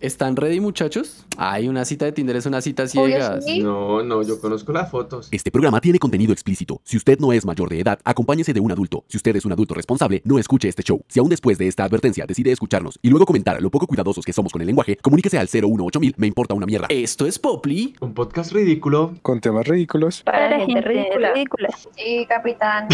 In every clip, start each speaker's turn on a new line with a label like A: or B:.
A: ¿Están ready, muchachos? Ay, una cita de Tinder es una cita ciegas.
B: sí.
C: No, no, yo conozco las fotos.
D: Este programa tiene contenido explícito. Si usted no es mayor de edad, acompáñese de un adulto. Si usted es un adulto responsable, no escuche este show. Si aún después de esta advertencia decide escucharnos y luego comentar lo poco cuidadosos que somos con el lenguaje, comuníquese al 018000, me importa una mierda.
A: ¿Esto es Poply?
C: Un podcast ridículo.
E: Con temas ridículos.
B: Para,
F: Para
B: la gente,
F: gente
B: ridícula.
F: ridícula.
B: Sí, capitán.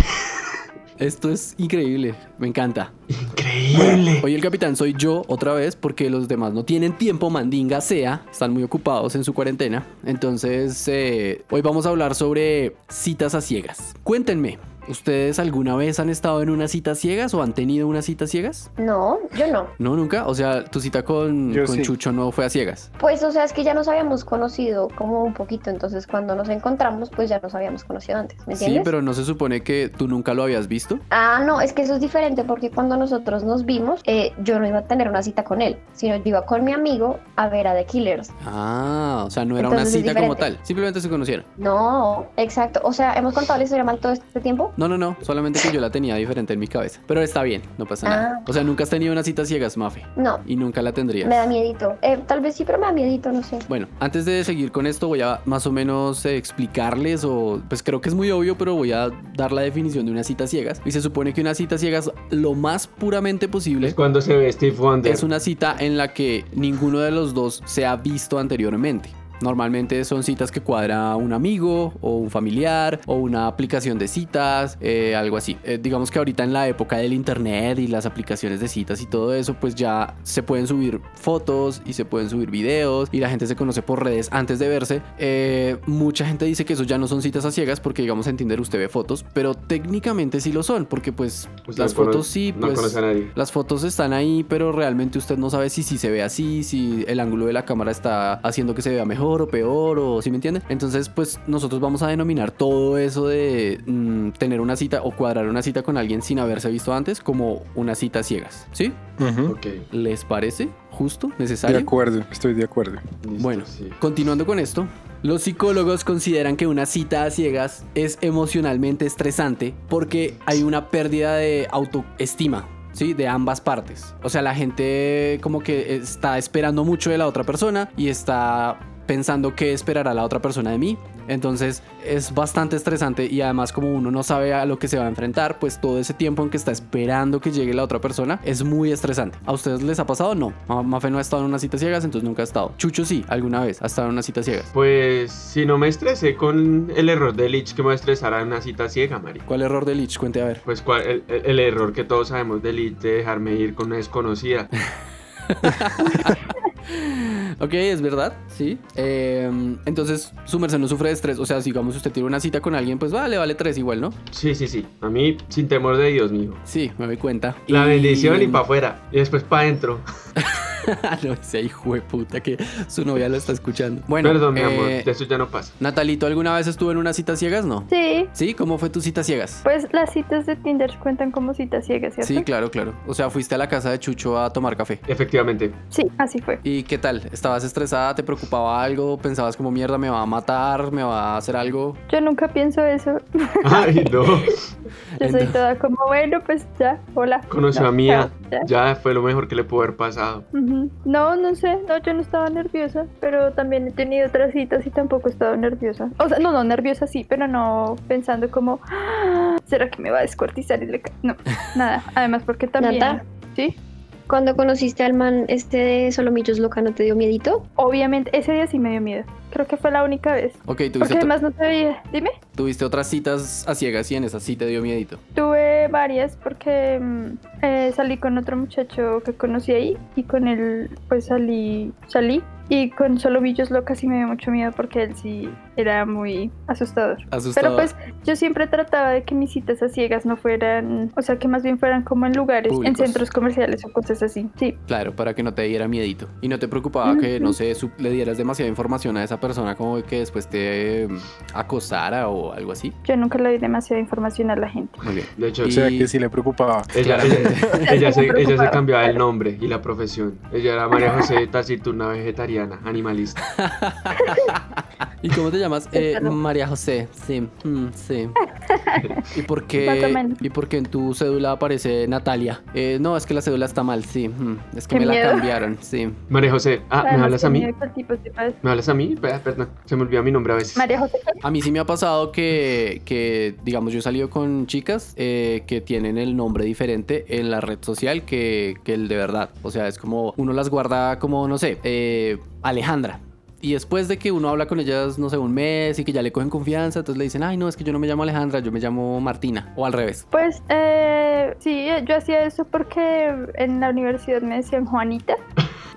A: Esto es increíble. Me encanta.
C: Increíble.
A: Hoy el capitán soy yo otra vez porque los demás no tienen tiempo, mandinga sea, están muy ocupados en su cuarentena. Entonces, eh, hoy vamos a hablar sobre citas a ciegas. Cuéntenme, ¿ustedes alguna vez han estado en una cita a ciegas o han tenido una cita a ciegas?
B: No, yo no.
A: No, nunca. O sea, tu cita con,
E: Yo
A: con
E: sí.
A: Chucho no fue a ciegas.
B: Pues, o sea, es que ya nos habíamos conocido como un poquito, entonces cuando nos encontramos, pues ya nos habíamos conocido antes, ¿me entiendes?
A: Sí, pero no se supone que tú nunca lo habías visto.
B: Ah, no, es que eso es diferente porque cuando nosotros nos vimos, eh, yo no iba a tener una cita con él, sino yo iba con mi amigo a ver a The Killers.
A: Ah, o sea, no era
B: Entonces
A: una
B: es
A: cita como tal.
B: diferente.
A: Simplemente se conocieron.
B: No, exacto. O sea, hemos contado la historia mal todo este tiempo.
A: No, no, no. Solamente que yo la tenía diferente en mi cabeza. Pero está bien, no pasa nada.
B: Ah.
A: O sea, nunca has tenido una cita a ciegas, Mafe.
B: No,
A: Y nunca la tendrías.
B: me da miedito. Eh, tal vez sí, pero me da miedito, no sé.
A: Bueno, antes de seguir con esto voy a más o menos eh, explicarles o pues creo que es muy obvio, pero voy a dar la definición de una cita a ciegas. Y se supone que una cita a ciegas lo más puramente posible
C: Es cuando se ve Steve Wonder.
A: es una cita en la que ninguno de los dos se ha visto anteriormente. Normalmente son citas que cuadra un amigo o un familiar o una aplicación de citas, eh, algo así. Eh, digamos que ahorita en la época del internet y las aplicaciones de citas y todo eso, pues ya se pueden subir fotos y se pueden subir videos y la gente se conoce por redes antes de verse. Eh, mucha gente dice que eso ya no son citas a ciegas porque digamos en Tinder usted ve fotos, pero técnicamente sí lo son porque pues
C: Usted
A: las
C: no cono-
A: fotos sí,
C: No
A: pues...
C: conoce a nadie.
A: Las fotos están ahí, pero realmente usted no sabe si, si se ve así, si el ángulo de la cámara está haciendo que se vea mejor o peor, o si me entiende. Entonces, pues nosotros vamos a denominar todo eso de mm, tener una cita o cuadrar una cita con alguien sin haberse visto antes como una cita a ciegas. ¿Sí?
E: Ujú.
C: Ok. listo,
A: ¿Les parece justo?
E: De
A: ¿Necesario?
E: acuerdo, estoy de acuerdo.
A: Bueno,
C: sí.
A: continuando con esto, los psicólogos consideran que una cita a ciegas es emocionalmente estresante porque hay una pérdida de autoestima. Sí, de ambas partes. O sea, la gente como que está esperando mucho de la otra persona y está pensando qué esperará la otra persona de mí. Entonces es bastante estresante y además como uno no sabe a lo que se va a enfrentar, pues todo ese tiempo en que está esperando que llegue la otra persona es muy estresante. ¿A ustedes les ha pasado? No. Ma- Mafe no ha estado en una cita ciegas, entonces nunca ha estado. Chucho sí, alguna vez ha estado en una cita ciegas.
C: Pues si no me estresé con el error de Lich que me estresará en una cita ciega, Mari.
A: ¿Cuál error de Lich? Cuente a ver.
C: Pues cuál- el, el- el error que todos sabemos de Lich de dejarme ir con una desconocida.
A: Ok, es verdad, sí. Eh, entonces, su merced no sufre de estrés. O sea, digamos, usted tiene una cita con alguien, pues vale, vale tres igual, ¿no?
C: Sí, sí, sí. A mí, sin temor de Dios, mijo.
A: Sí, me doy cuenta.
C: La
A: Y-
C: bendición y pa' afuera. Y después pa' adentro.
A: Ah, no, ese hijo de puta que su novia lo está escuchando. Bueno,
C: Perdón, mi
A: eh,
C: amor. de Eso ya no pasa.
A: Natalito, ¿alguna vez estuvo en una cita ciegas? No.
F: Sí.
A: ¿Sí? ¿Cómo fue tu cita ciegas?
F: Pues las citas de Tinder cuentan como citas ciegas, ¿cierto?
A: Sí, claro, claro. O sea, fuiste a la casa de Chucho a tomar café.
C: Efectivamente.
F: Sí, así fue.
A: ¿Y qué tal? ¿Estabas estresada? ¿Te preocupaba algo? ¿Pensabas como mierda, me va a matar? ¿Me va a hacer algo?
F: Yo nunca pienso eso.
C: Ay, no.
F: Yo soy
A: Entonces-
F: toda como, bueno, pues ya, hola.
C: Conoció
F: No,
C: a Mía.
F: chao, ya.
C: Ya fue lo mejor que le pudo haber pasado.
F: Ujú. No, no sé, no, yo no estaba nerviosa, pero también he tenido otras citas y tampoco he estado nerviosa. O sea, no, no, nerviosa sí, pero no pensando como, "Ah, ¿será que me va a descuartizar? Y le ca-?" No, nada, además porque también...
B: ¿Nata?
F: Sí,
B: Cuando conociste al man este de Solomillos Loca, ¿no te dio miedito?
F: obviamente, ese día sí me dio miedo. Creo que fue la única vez.
A: Ok,
F: Porque
A: tuviste, otro-
F: además no te veía. Dime.
A: tuviste otras citas a ciegas y en esa sí te dio miedito.
F: Tuve varias porque mm, eh, salí con otro muchacho que conocí ahí y con él pues salí, salí y con solo villos locas sí me dio mucho miedo porque él sí era muy asustador.
A: Asustado.
F: Pero pues yo siempre trataba de que mis citas a ciegas no fueran, o sea que más bien fueran como en lugares, en
A: Públicos.
F: centros comerciales o cosas así. Sí,
A: Claro, para que no te diera miedito. Y no te preocupaba que, no sé, su- le dieras demasiada información a esa persona como que después te eh, acosara o algo así.
F: yo nunca le doy demasiada información a la gente.
A: Muy bien.
C: De hecho,
A: Y-
E: O sea que sí le preocupaba.
C: ella, ella, ella se, ella se
F: preocupaba.
C: cambiaba el nombre y la profesión. Ella era María José Taciturna Vegetariana, animalista.
A: ¿Y cómo te llamas? Eh,
F: Espero.
A: María José. Sí, mm, sí. ¿Y por
F: Más o
A: qué,
F: menos.
A: ¿Y por qué en tu cédula aparece Natalia? Eh, no, es que la cédula está mal, sí. mm, Es que
F: Qué
A: me la
F: miedo.
A: cambiaron, sí.
C: María José, ah, ¿me
F: Además,
C: hablas a mí?
F: tenía el tipo de paz.
C: ¿Me hablas a mí? Pe- Perdón, se me olvida mi nombre a veces.
F: María José.
A: A mí sí me ha pasado que, que, digamos, yo he salido con chicas eh, que tienen el nombre diferente en la red social que, que el de verdad. O sea, es como uno las guarda como, no sé, eh, Alejandra. Y después de que uno habla con ellas, no sé, un mes y que ya le cogen confianza, entonces le dicen, ay, no, es que yo no me llamo Alejandra, yo me llamo Martina. O al revés.
F: Pues eh, sí, yo hacía eso porque en la universidad me decían Juanita.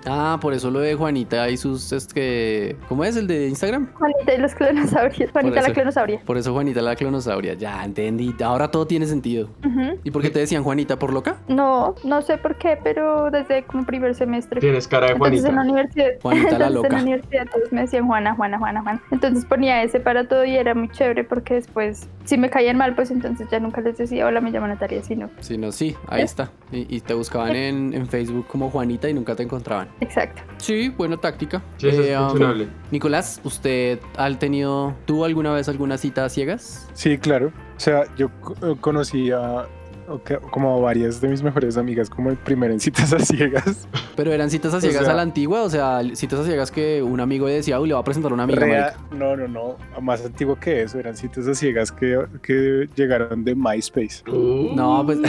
A: Ah, por eso lo de Juanita y sus, es que, ¿cómo es el de Instagram?
F: Juanita y los clonosaurios. Juanita
A: eso.
F: la clonosauria.
A: Por eso Juanita la clonosauria. Ya, entendí. Ahora todo tiene sentido.
F: Ujú.
A: ¿Y por qué te decían Juanita por loca?
F: No, no sé por qué, pero desde como primer semestre.
C: Tienes cara de
F: Entonces en la
C: Juanita.
F: universidad,
A: Juanita la
F: entonces, en
A: loca.
F: la universidad todos me decían Juana, Juana, Juana, Juana. Entonces ponía ese para todo y era muy chévere porque después, si me caían mal, pues entonces ya nunca les decía hola, me llamo Natalia, sino
A: Si no, sí, ahí está. Y, y te buscaban en, en Facebook como Juanita y nunca te encontraban.
F: exacto.
A: Sí, buena táctica.
C: Sí, eso
A: Eh,
C: es
A: um,
C: funcionable.
A: Nicolás, ¿usted ha tenido, tuvo alguna vez alguna cita a ciegas?
E: Sí, claro. O sea, yo co- eh, conocí a ok, como a varias de mis mejores amigas, como el primero en citas a ciegas.
A: Pero eran citas a ciegas
E: sea-
A: a la antigua, o sea, citas a ciegas que un amigo decía, uy, le va a presentar a una amiga.
E: Rea-
A: marica".
E: no, no, no. Más antiguo que eso, eran citas a ciegas que, que llegaron de MySpace.
C: Uh,
A: No, pues,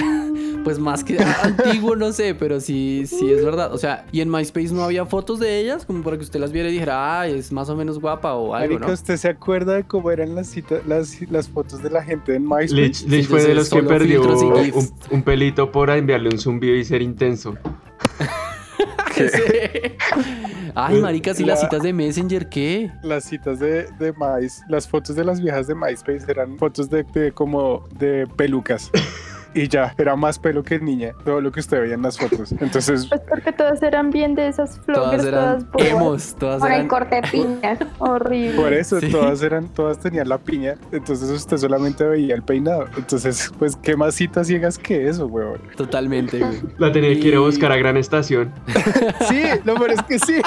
A: pues más que antiguo, no sé, pero sí, sí es verdad. O sea, y en MySpace no había fotos de ellas como para que usted las viera y dijera, ah, es más o menos guapa o algo,
E: Marica,
A: ¿no?
E: ¿usted se acuerda de cómo eran las citas, las, las fotos de la gente en MySpace?
C: Lich, Lich
A: yo
C: fue
A: sé,
C: de los que
A: solo
C: perdió
A: filtros y gifs.
C: un, un pelito por enviarle un zumbido y ser intenso.
A: Sí.
C: Pues,
A: Ay, marica, si las
E: La-
A: citas de Messenger, ¿qué?
E: las citas de, de MySpace, las fotos de las viejas de MySpace eran fotos de, de como de pelucas. Y ya, era más pelo que niña, todo lo que usted veía en las fotos. Entonces,
F: Pues porque todas eran bien de esas
A: Todas
F: floggers,
A: eran
F: todas, bobas,
A: emos, todas
B: Por el
A: eran...
B: corte de piña.
F: horribles.
E: por eso,
A: Sí.
E: todas eran, todas tenían la piña. Entonces usted solamente veía el peinado. Entonces, pues, ¿qué más citas ciegas que eso, weón?
A: Totalmente, güey.
C: La tenía que ir a
A: Y-
C: buscar a Gran Estación.
E: Sí, lo peor es que sí.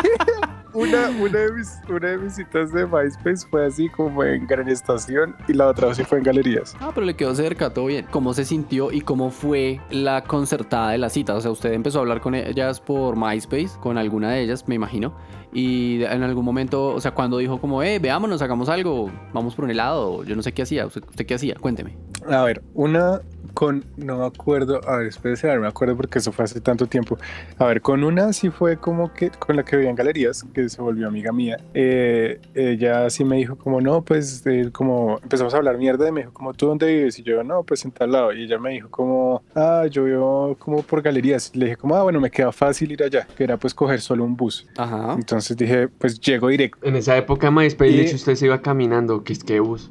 E: Una, una, de mis, una de mis citas de MySpace fue así como en Gran Estación y la otra sí fue en Galerías.
A: Ah, pero le quedó cerca, todo bien. ¿Cómo se sintió y cómo fue la concertada de la cita? O sea, usted empezó a hablar con ellas por MySpace, con alguna de ellas, me imagino. Y en algún momento, o sea, cuando dijo como, eh, veámonos, hagamos algo, vamos por un helado, o yo no sé qué hacía. ¿Usted, usted qué hacía? Cuénteme.
E: A ver, una con, no me acuerdo, a ver, espérense, a ver, me acuerdo porque eso fue hace tanto tiempo. A ver, con una sí fue como que, con la que veía en galerías, que se volvió amiga mía, eh, ella sí me dijo como, no, pues, eh, como, empezamos a hablar mierda y me dijo como, ¿tú dónde vives? Y yo, no, pues en tal lado. Y ella me dijo como, ah, yo vivo como por galerías. Y le dije como, ah, bueno, me queda fácil ir allá, que era pues coger solo un bus.
A: Ajá.
E: Entonces dije, pues llego directo.
C: En esa época MySpace,
E: Y-
C: Lich, usted se iba caminando, que es que bus.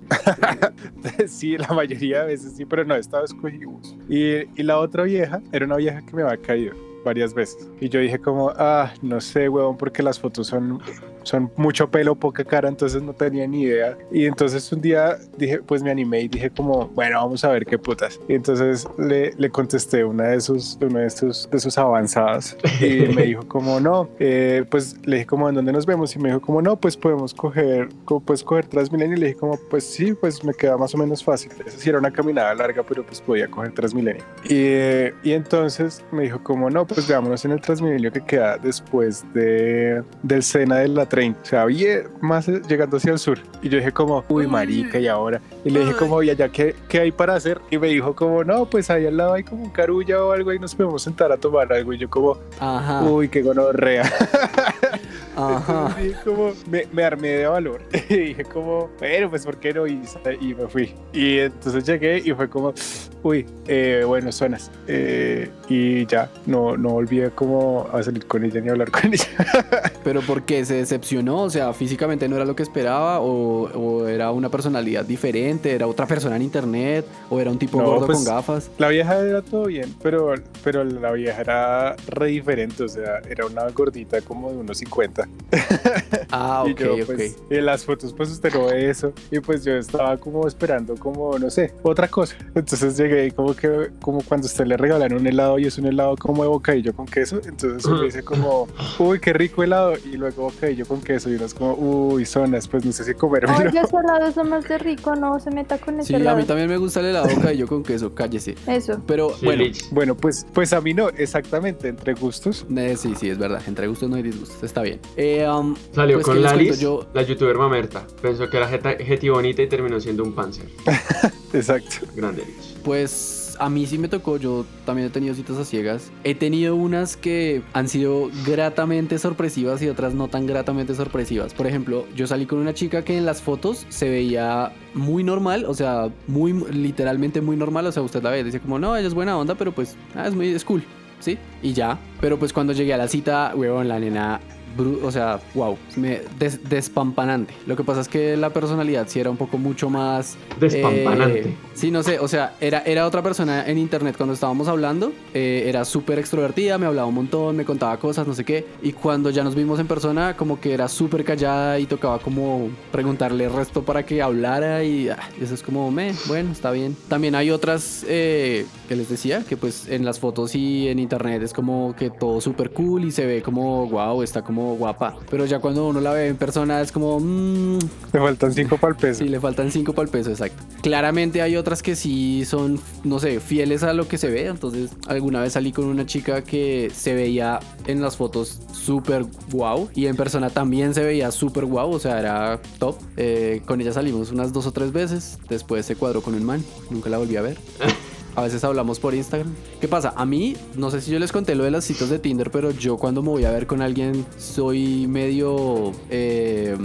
E: Sí, la mayoría de veces sí, pero no, estaba escogimos. Y, y la otra vieja era una vieja que me había caído varias veces. Y yo dije como, ah, no sé, huevón, porque las fotos son, son mucho pelo, poca cara, entonces no tenía ni idea. Y entonces un día dije, pues me animé y dije como, bueno, vamos a ver qué putas. Y entonces le, le contesté una de sus, una de sus, de sus avanzadas y me dijo como, no, eh, pues le dije como, ¿en dónde nos vemos? Y me dijo como, no, pues podemos coger, co- puedes coger Transmilenio. Y le dije como, pues sí, pues me queda más o menos fácil. Esa sí era una caminada larga, pero pues podía coger Transmilenio. Y, eh, y entonces me dijo como, no, pues veámonos en el Transmilenio que queda después de, del Sena de la 30. O sea, bien, más eh, llegando hacia el sur. Y yo dije como, uy, marica, ¿y ahora? Y le dije como, ¿y allá qué, qué hay para hacer? Y me dijo como, no, pues ahí al lado hay como un carulla o algo y nos podemos sentar a tomar algo. Y yo como,
A: Ajá.
E: uy, qué gonorrea.
A: Ajá.
E: Entonces, dije como, me, me armé de valor y dije como, bueno, pues ¿por qué no? Y, sa- y me fui. Y entonces llegué y fue como, uy, eh, bueno, suenas. Eh, y ya, no, no volví a como a salir con ella ni a hablar con ella.
A: Pero ¿por qué se decepcionó? O sea, físicamente no era lo que esperaba, o, o era una personalidad diferente, era otra persona en internet, o era un tipo
E: No,
A: gordo
E: pues-
A: con gafas.
E: La vieja era todo bien, pero, pero la vieja era re diferente, o sea, era una gordita como de unos 50
A: Ah,
E: y
A: ok,
E: yo,
A: ok.
E: pues, en las fotos, pues usted no ve eso. Y pues yo estaba como esperando, como, no sé, otra cosa. Entonces llegué y como que, como cuando a usted le regalan un helado y es un helado como de bocadillo con queso. Entonces uno dice como, uy, qué rico helado. Y luego bocadillo con queso. Y uno es como, uy, zonas, pues no sé si comerme.
F: Ay, los helados son más de rico, no se meta con ese
A: Sí, a mí
F: helado.
A: también me gusta el helado yo con queso, cállese.
F: Eso.
A: Pero
C: Sí,
A: bueno,
C: Lich.
E: Bueno, pues, pues a mí no, exactamente, entre gustos.
A: eh, sí, sí, es verdad. Entre gustos no hay disgustos, está bien. Eh, um,
C: Salió
A: Pues, ¿qué
C: con
A: les cuento?
C: Laris,
A: Yo-
C: la youtuber mamerta. Pensó que era jeta, jeti bonita y terminó siendo un panzer.
E: Exacto.
C: Grande Lich.
A: Pues a mí sí me tocó, yo también he tenido citas a ciegas. He tenido unas que han sido gratamente sorpresivas y otras no tan gratamente sorpresivas. Por ejemplo, yo salí con una chica que en las fotos se veía muy normal, o sea, muy literalmente muy normal, o sea, usted la ve, dice como, "No, ella es buena onda, pero pues ah, es muy es cool." Sí, y ya. Pero pues cuando llegué a la cita, huevón, la nena bru- o sea, wow, me des- despampanante. Lo que pasa es que la personalidad sí era un poco mucho más
C: Despampanante.
A: eh, sí, no sé, o sea, era, era otra persona en internet cuando estábamos hablando, eh, era súper extrovertida, me hablaba un montón, me contaba cosas, no sé qué, y cuando ya nos vimos en persona, como que era súper callada y tocaba como preguntarle resto para que hablara y ah, eso es como, me, bueno, está bien. También hay otras eh, que les decía, que pues en las fotos y en internet es como que todo súper cool y se ve como, wow, está como guapa, pero ya cuando uno la ve en persona es como, mmm,
E: Te faltan cinco para el peso.
A: Sí, le faltan 5 para el peso, exacto. Claramente hay otras que sí son, no sé, fieles a lo que se ve. Entonces, alguna vez salí con una chica que se veía en las fotos súper guau y en persona también se veía súper guau, o sea, era top. Eh, con ella salimos unas dos o tres veces, después se cuadró con un man, nunca la volví a ver. A veces hablamos por Instagram. ¿Qué pasa? A mí, no sé si yo les conté lo de las citas de Tinder, pero yo cuando me voy a ver con alguien soy medio eh,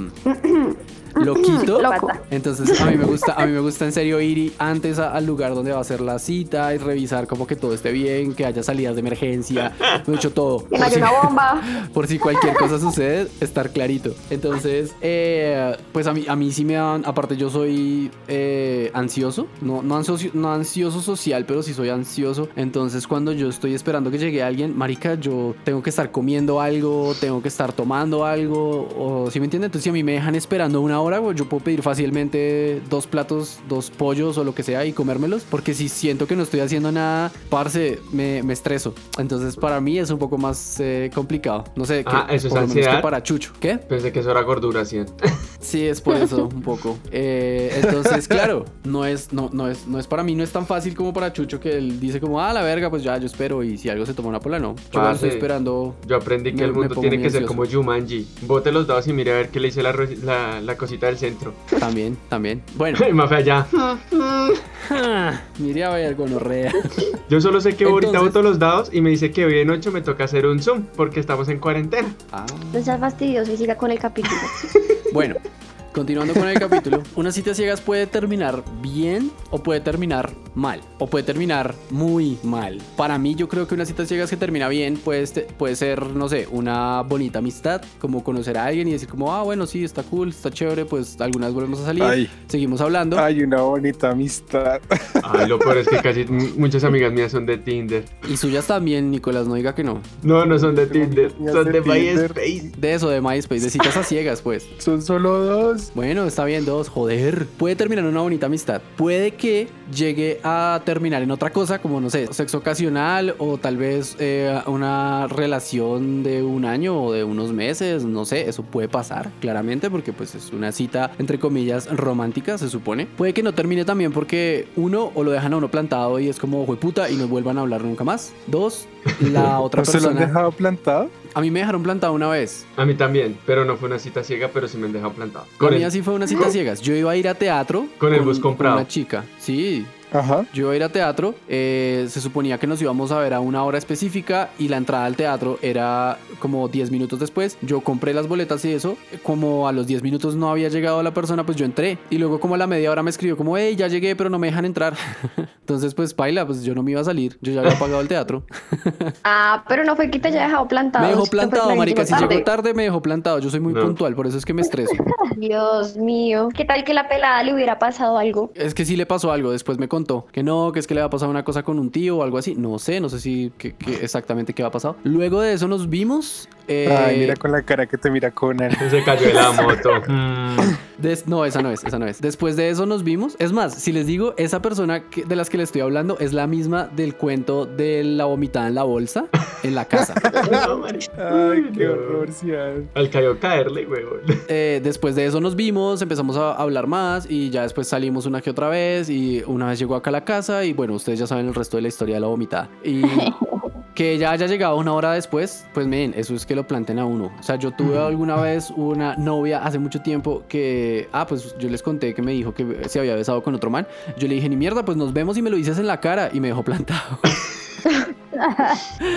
A: loquito.
B: Loco.
A: Entonces a mí me gusta, a mí me gusta en serio ir y antes a- al lugar donde va a ser la cita y revisar como que todo esté bien, que haya salidas de emergencia, lo he hecho todo.
B: Que
A: Por
B: cayó
A: si-
B: una bomba.
A: por si cualquier cosa sucede, estar clarito. Entonces, eh, pues a mí, a mí sí me dan, aparte yo soy eh, ansioso, no, no, ansocio- no ansioso social, pero sí soy ansioso. Entonces cuando yo estoy esperando que llegue alguien, marica, yo tengo que estar comiendo algo, tengo que estar tomando algo, o si me entienden, entonces si a mí me dejan esperando una hora, güey, yo puedo pedir fácilmente dos platos, dos pollos o lo que sea y comérmelos, porque si siento que no estoy haciendo nada, parce, me, me estreso. Entonces para mí es un poco más eh, complicado. No sé, que,
C: Ah, ¿eso es
A: por lo menos que
C: ansiedad?
A: para Chucho. ¿Qué?
C: Pensé que eso era gordura, 100.
A: Sí, es por eso un poco. Eh, entonces, claro, no es, no, no es, no es para mí, no es tan fácil como para Chucho que él dice como, ah, la verga, pues ya, yo espero y si algo se toma una pola, no. Yo
C: Parce.
A: estoy esperando.
C: Yo aprendí que
A: Me-
C: el
A: me
C: mundo
A: pongo
C: tiene
A: muy
C: que ser
A: ansioso.
C: como Jumanji. Bote los dados y mire a ver qué le dice la, ro- la, la cosita del centro.
A: También, también. Bueno,
C: Más fe allá.
A: mire a ver, gonorrea.
C: Yo solo sé que ahorita
A: Entonces-
C: boto los dados y me dice que hoy en 8 me toca hacer un zoom porque estamos en cuarentena.
A: Ah.
B: No seas fastidioso y siga con el capítulo.
A: Bueno, continuando con el capítulo, una cita ciegas puede terminar bien o puede terminar mal o puede terminar muy mal. Para mí yo creo que una cita ciegas que termina bien puede, este- puede ser, no sé, una bonita amistad, como conocer a alguien y decir como, ah, bueno, sí, está cool, está chévere, pues algunas volvemos a salir,
E: Ay.
A: seguimos hablando.
E: Hay una bonita amistad.
C: Ay, lo peor es que casi m- muchas amigas mías son de Tinder.
A: Y suyas también, Nicolás, no diga que no.
C: No, no son de
E: Tengo
C: Tinder,
E: amigas mías
C: son
E: de
C: de
E: Tinder.
C: MySpace.
A: De eso, de MySpace, de citas a ciegas, pues.
E: Son solo dos.
A: Bueno, está bien, dos, joder. Puede terminar en una bonita amistad. Puede que llegue a terminar en otra cosa, como no sé, sexo ocasional o tal vez eh, una relación de un año o de unos meses, no sé, eso puede pasar, claramente, porque pues es una cita, entre comillas, romántica, se supone. Puede que no termine también porque uno, o lo dejan a uno plantado y es como, "Jue puta, y no vuelvan a hablar nunca más. Dos, la otra
E: ¿No se lo han
A: persona...
E: dejado plantado?
A: A mí me dejaron plantado una vez.
C: A mí también, pero no fue una cita ciega, pero sí me han dejado plantado.
A: La
C: Con
A: mía
C: el,
A: sí fue una cita ciegas. Yo iba a ir a teatro.
C: Con el bus comprado.
A: una chica. Sí.
E: Ajá.
A: Yo iba a ir a teatro. eh, se suponía que nos íbamos a ver a una hora específica y la entrada al teatro era como 10 minutos después. Yo compré las boletas y eso. eh, Como a los 10 minutos no había llegado la persona, pues yo entré. Y luego, como a la media hora, me escribió como, hey, ya llegué, pero no me dejan entrar. Entonces, pues, paila, pues yo no me iba a salir. Yo ya había pagado el teatro.
B: Ah, pero no fue que te haya dejado plantado.
A: me dejó
B: Usted fue
A: plantado,
B: clarísimo
A: marica. Si
B: tarde.
A: llegó tarde, me dejó plantado. Yo soy muy
C: No.
A: puntual, por eso es que me estreso.
B: Dios mío. ¿Qué tal que la pelada le hubiera pasado algo?
A: Es que sí le pasó algo. Después me contó que no, que es que le va a pasar una cosa con un tío o algo así. No sé, no sé si qué- qué- exactamente qué va a pasar. Luego de eso nos vimos. eh,
E: Ay, mira con la cara que te mira Conan.
C: Se cayó de la moto. Mm,
A: des- no, esa no es, esa no es. Después de eso nos vimos. Es más, si les digo, esa persona que- de las que le estoy hablando es la misma del cuento de la vomitada en la bolsa en la casa.
C: no, marica.
E: Ay, qué
C: no.
E: horror, ah. Cian.
C: Al cayó caerle, huevón.
A: Eh, después de eso nos vimos, empezamos a hablar más y ya después salimos una que otra vez y una vez llegó acá a la casa y bueno, ustedes ya saben el resto de la historia de la vomitada. Y que ella haya llegado una hora después, pues miren, eso es que lo planten a uno. O sea, yo tuve alguna vez una novia hace mucho tiempo que, ah, pues yo les conté que me dijo que se había besado con otro man. Yo le dije, ni mierda, pues nos vemos y me lo dices en la cara y me dejó plantado.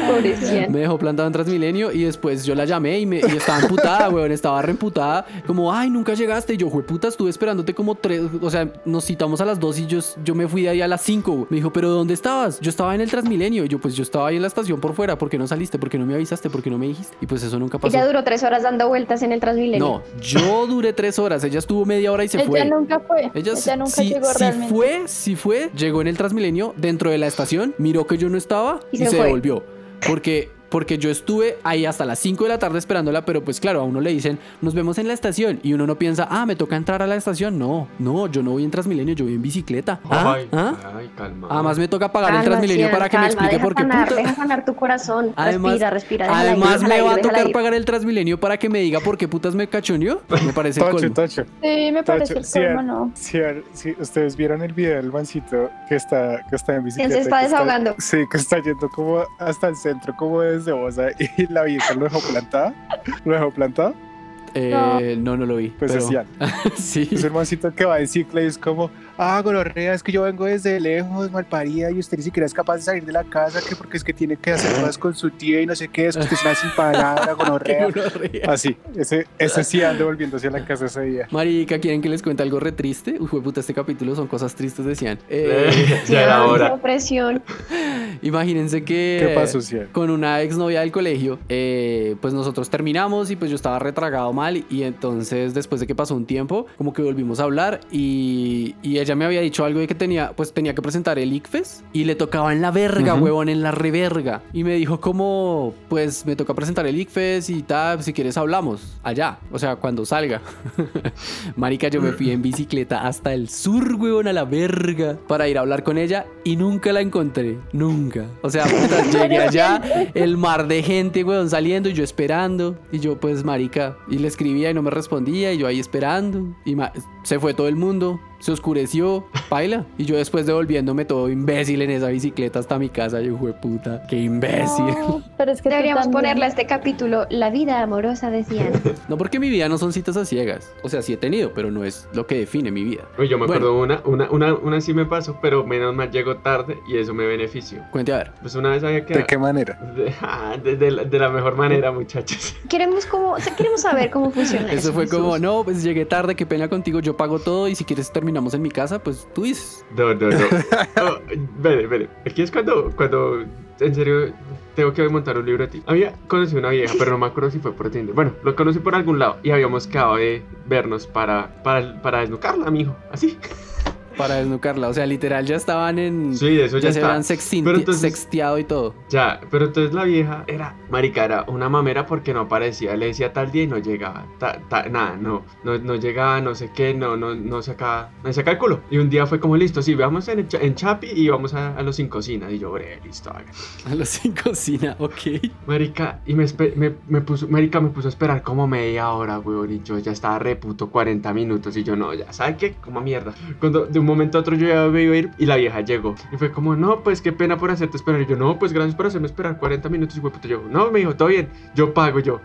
F: Pobrecía.
A: Me dejó plantado en Transmilenio y después yo la llamé y, me, y estaba emputada, weón, estaba reemputada. Como, ay, nunca llegaste. Y yo, puta, estuve esperándote como tres. O sea, nos citamos a las dos y yo, yo me fui de ahí a las cinco. Me dijo, ¿pero dónde estabas? Yo estaba en el Transmilenio. Y yo, pues yo estaba ahí en la estación por fuera. ¿Por qué no saliste? ¿Por qué no me avisaste? ¿Por qué no me dijiste? Y pues eso nunca pasó.
B: Ella duró tres horas dando vueltas en el Transmilenio.
A: No, yo duré tres horas. Ella estuvo media hora y se
F: ella
A: fue.
F: nunca fue.
A: Ella,
F: Ella,
A: si-
F: nunca
A: si,
F: llegó
A: si
F: realmente.
A: fue, si fue, llegó en el Transmilenio dentro de la estación, miró que yo no estaba y,
B: Y
A: se,
B: se fue.
A: devolvió. Porque, porque yo estuve ahí hasta las 5 de la tarde esperándola, pero pues claro, a uno le dicen, nos vemos en la estación. Y uno no piensa, ah, me toca entrar a la estación. No, no, yo no voy en Transmilenio, yo voy en bicicleta.
E: Oh
A: ¿Ah?
C: Ay,
A: ¿Ah?
C: ay, calma.
A: Además me toca pagar
B: Calma,
A: el Transmilenio
B: Cian,
A: para que me
B: calma,
A: explique
B: deja
A: por qué
B: sanar,
A: puta.
B: Deja sanar tu corazón.
A: Además-
B: respira, respira. déjala ir,
A: Además
B: déjala
A: me
B: ir,
A: va a
B: déjala
A: tocar
B: ir.
A: pagar el Transmilenio para que me diga por qué putas me cachoneó. Me parece el
E: Tocho,
A: colmo.
E: tocho.
F: Sí, me parece
E: Tacho,
F: el colmo,
E: Cian.
F: no.
E: Cian, si ustedes vieron el video del mancito que está, que está en
B: Cian
E: bicicleta.
B: se está
E: que
B: desahogando.
E: Sí, que está yendo como hasta el centro, como desde Bosa, y la vieja lo dejó plantada. Lo dejó plantado.
A: Eh, no, no lo vi.
E: Pues
A: pero-
E: es Cian.
A: sí.
E: Es un mancito que va en cicla y es como, ah, gonorrea, es que yo vengo desde lejos, malparida, y usted ni siquiera es capaz de salir de la casa, que porque es que tiene que hacer cosas con su tía y no sé qué, es que usted es una sin palabra,
A: Que
E: gonorrea.
A: uno ría.
E: Así, Ah, ese, ese sí ando volviendo hacia la casa ese día.
A: Marica, ¿quieren que les cuente algo re triste? Uy, puta, este capítulo son cosas tristes, decían. Eh,
C: Eh, ya era
B: Cian, qué
C: hora.
B: opresión.
A: imagínense que...
E: ¿Qué pasó, Cian?
A: Con una exnovia del colegio, eh, pues nosotros terminamos y pues yo estaba retragado mal y entonces después de que pasó un tiempo, como que volvimos a hablar y, y ella me había dicho algo de que tenía, pues tenía que presentar el ICFES y le tocaba en la verga,
C: Ujú.
A: huevón, en la reverga. Y me dijo como, pues me toca presentar el ICFES y tal, si quieres hablamos allá, o sea, cuando salga. Marica, yo me fui en bicicleta hasta el sur, huevón, a la verga, para ir a hablar con ella y nunca la encontré, nunca. O sea, puta, llegué allá, el mar de gente, huevón, saliendo y yo esperando. Y yo, pues, marica, y le escribía y no me respondía y yo ahí esperando. Y ma- se fue todo el mundo, se oscureció, paila. Y yo después devolviéndome todo imbécil en esa bicicleta hasta mi casa, yo, puta, qué imbécil.
F: No, pero es que tú
B: Deberíamos
F: también.
B: ponerle a este capítulo La vida amorosa de Cian.
A: No porque mi vida no son citas a ciegas. O sea, sí he tenido, pero no es lo que define mi vida.
C: Uy, yo me
A: Bueno.
C: acuerdo una, una, una, una sí me pasó, pero menos mal llegó tarde y eso me benefició.
A: Cuente a ver.
C: Pues una vez había
E: ¿De
C: quedado.
E: qué manera?
C: De, ah, de- de la- de la mejor manera, muchachos.
B: Queremos, como, o sea, queremos saber cómo funciona eso.
A: Eso fue como,
B: Jesús.
A: no, pues llegué tarde, qué pena contigo, yo pago todo y si quieres terminamos en mi casa, pues tú dices.
C: No, no, no. Oh, Vere, vere. Aquí es cuando, cuando, en serio, tengo que montar un libro a ti. Había conocido una vieja, pero no me acuerdo si fue por Tinder. Bueno, lo conocí por algún lado y habíamos quedado de vernos para, para, para desnucarla, mijo. Así.
A: Para desnucarla. O sea, literal, ya estaban en...
C: Sí, eso
A: ya,
C: ya,
A: se
C: está.
A: habían sextin-
C: Pero entonces-
A: sexteado y todo.
C: Ya, pero entonces la vieja era, marica, era una mamera porque no aparecía. Le decía tal día y no llegaba. Ta- ta- nada, no, no, no llegaba, no sé qué, no, no, no sacaba, no sacaba el culo. Y un día fue como, listo, sí, vamos en, el cha- en Chapi y vamos a, a los sin cocina. Y yo, breve, listo, haga.
A: A los sin cocina, ok.
C: Marica, y me, espe- me, me puso, marica, me puso a esperar como media hora, weón, y yo ya estaba reputo 40 minutos, y yo no, ya, ¿sabes qué? Como mierda. Cuando de un momento a otro yo ya me iba a ir, y la vieja llegó, y fue como, no, pues qué pena por hacerte esperar, y yo, no, pues gracias por hacerme esperar 40 minutos, y weón, yo, no, me dijo, todo bien, yo pago, yo.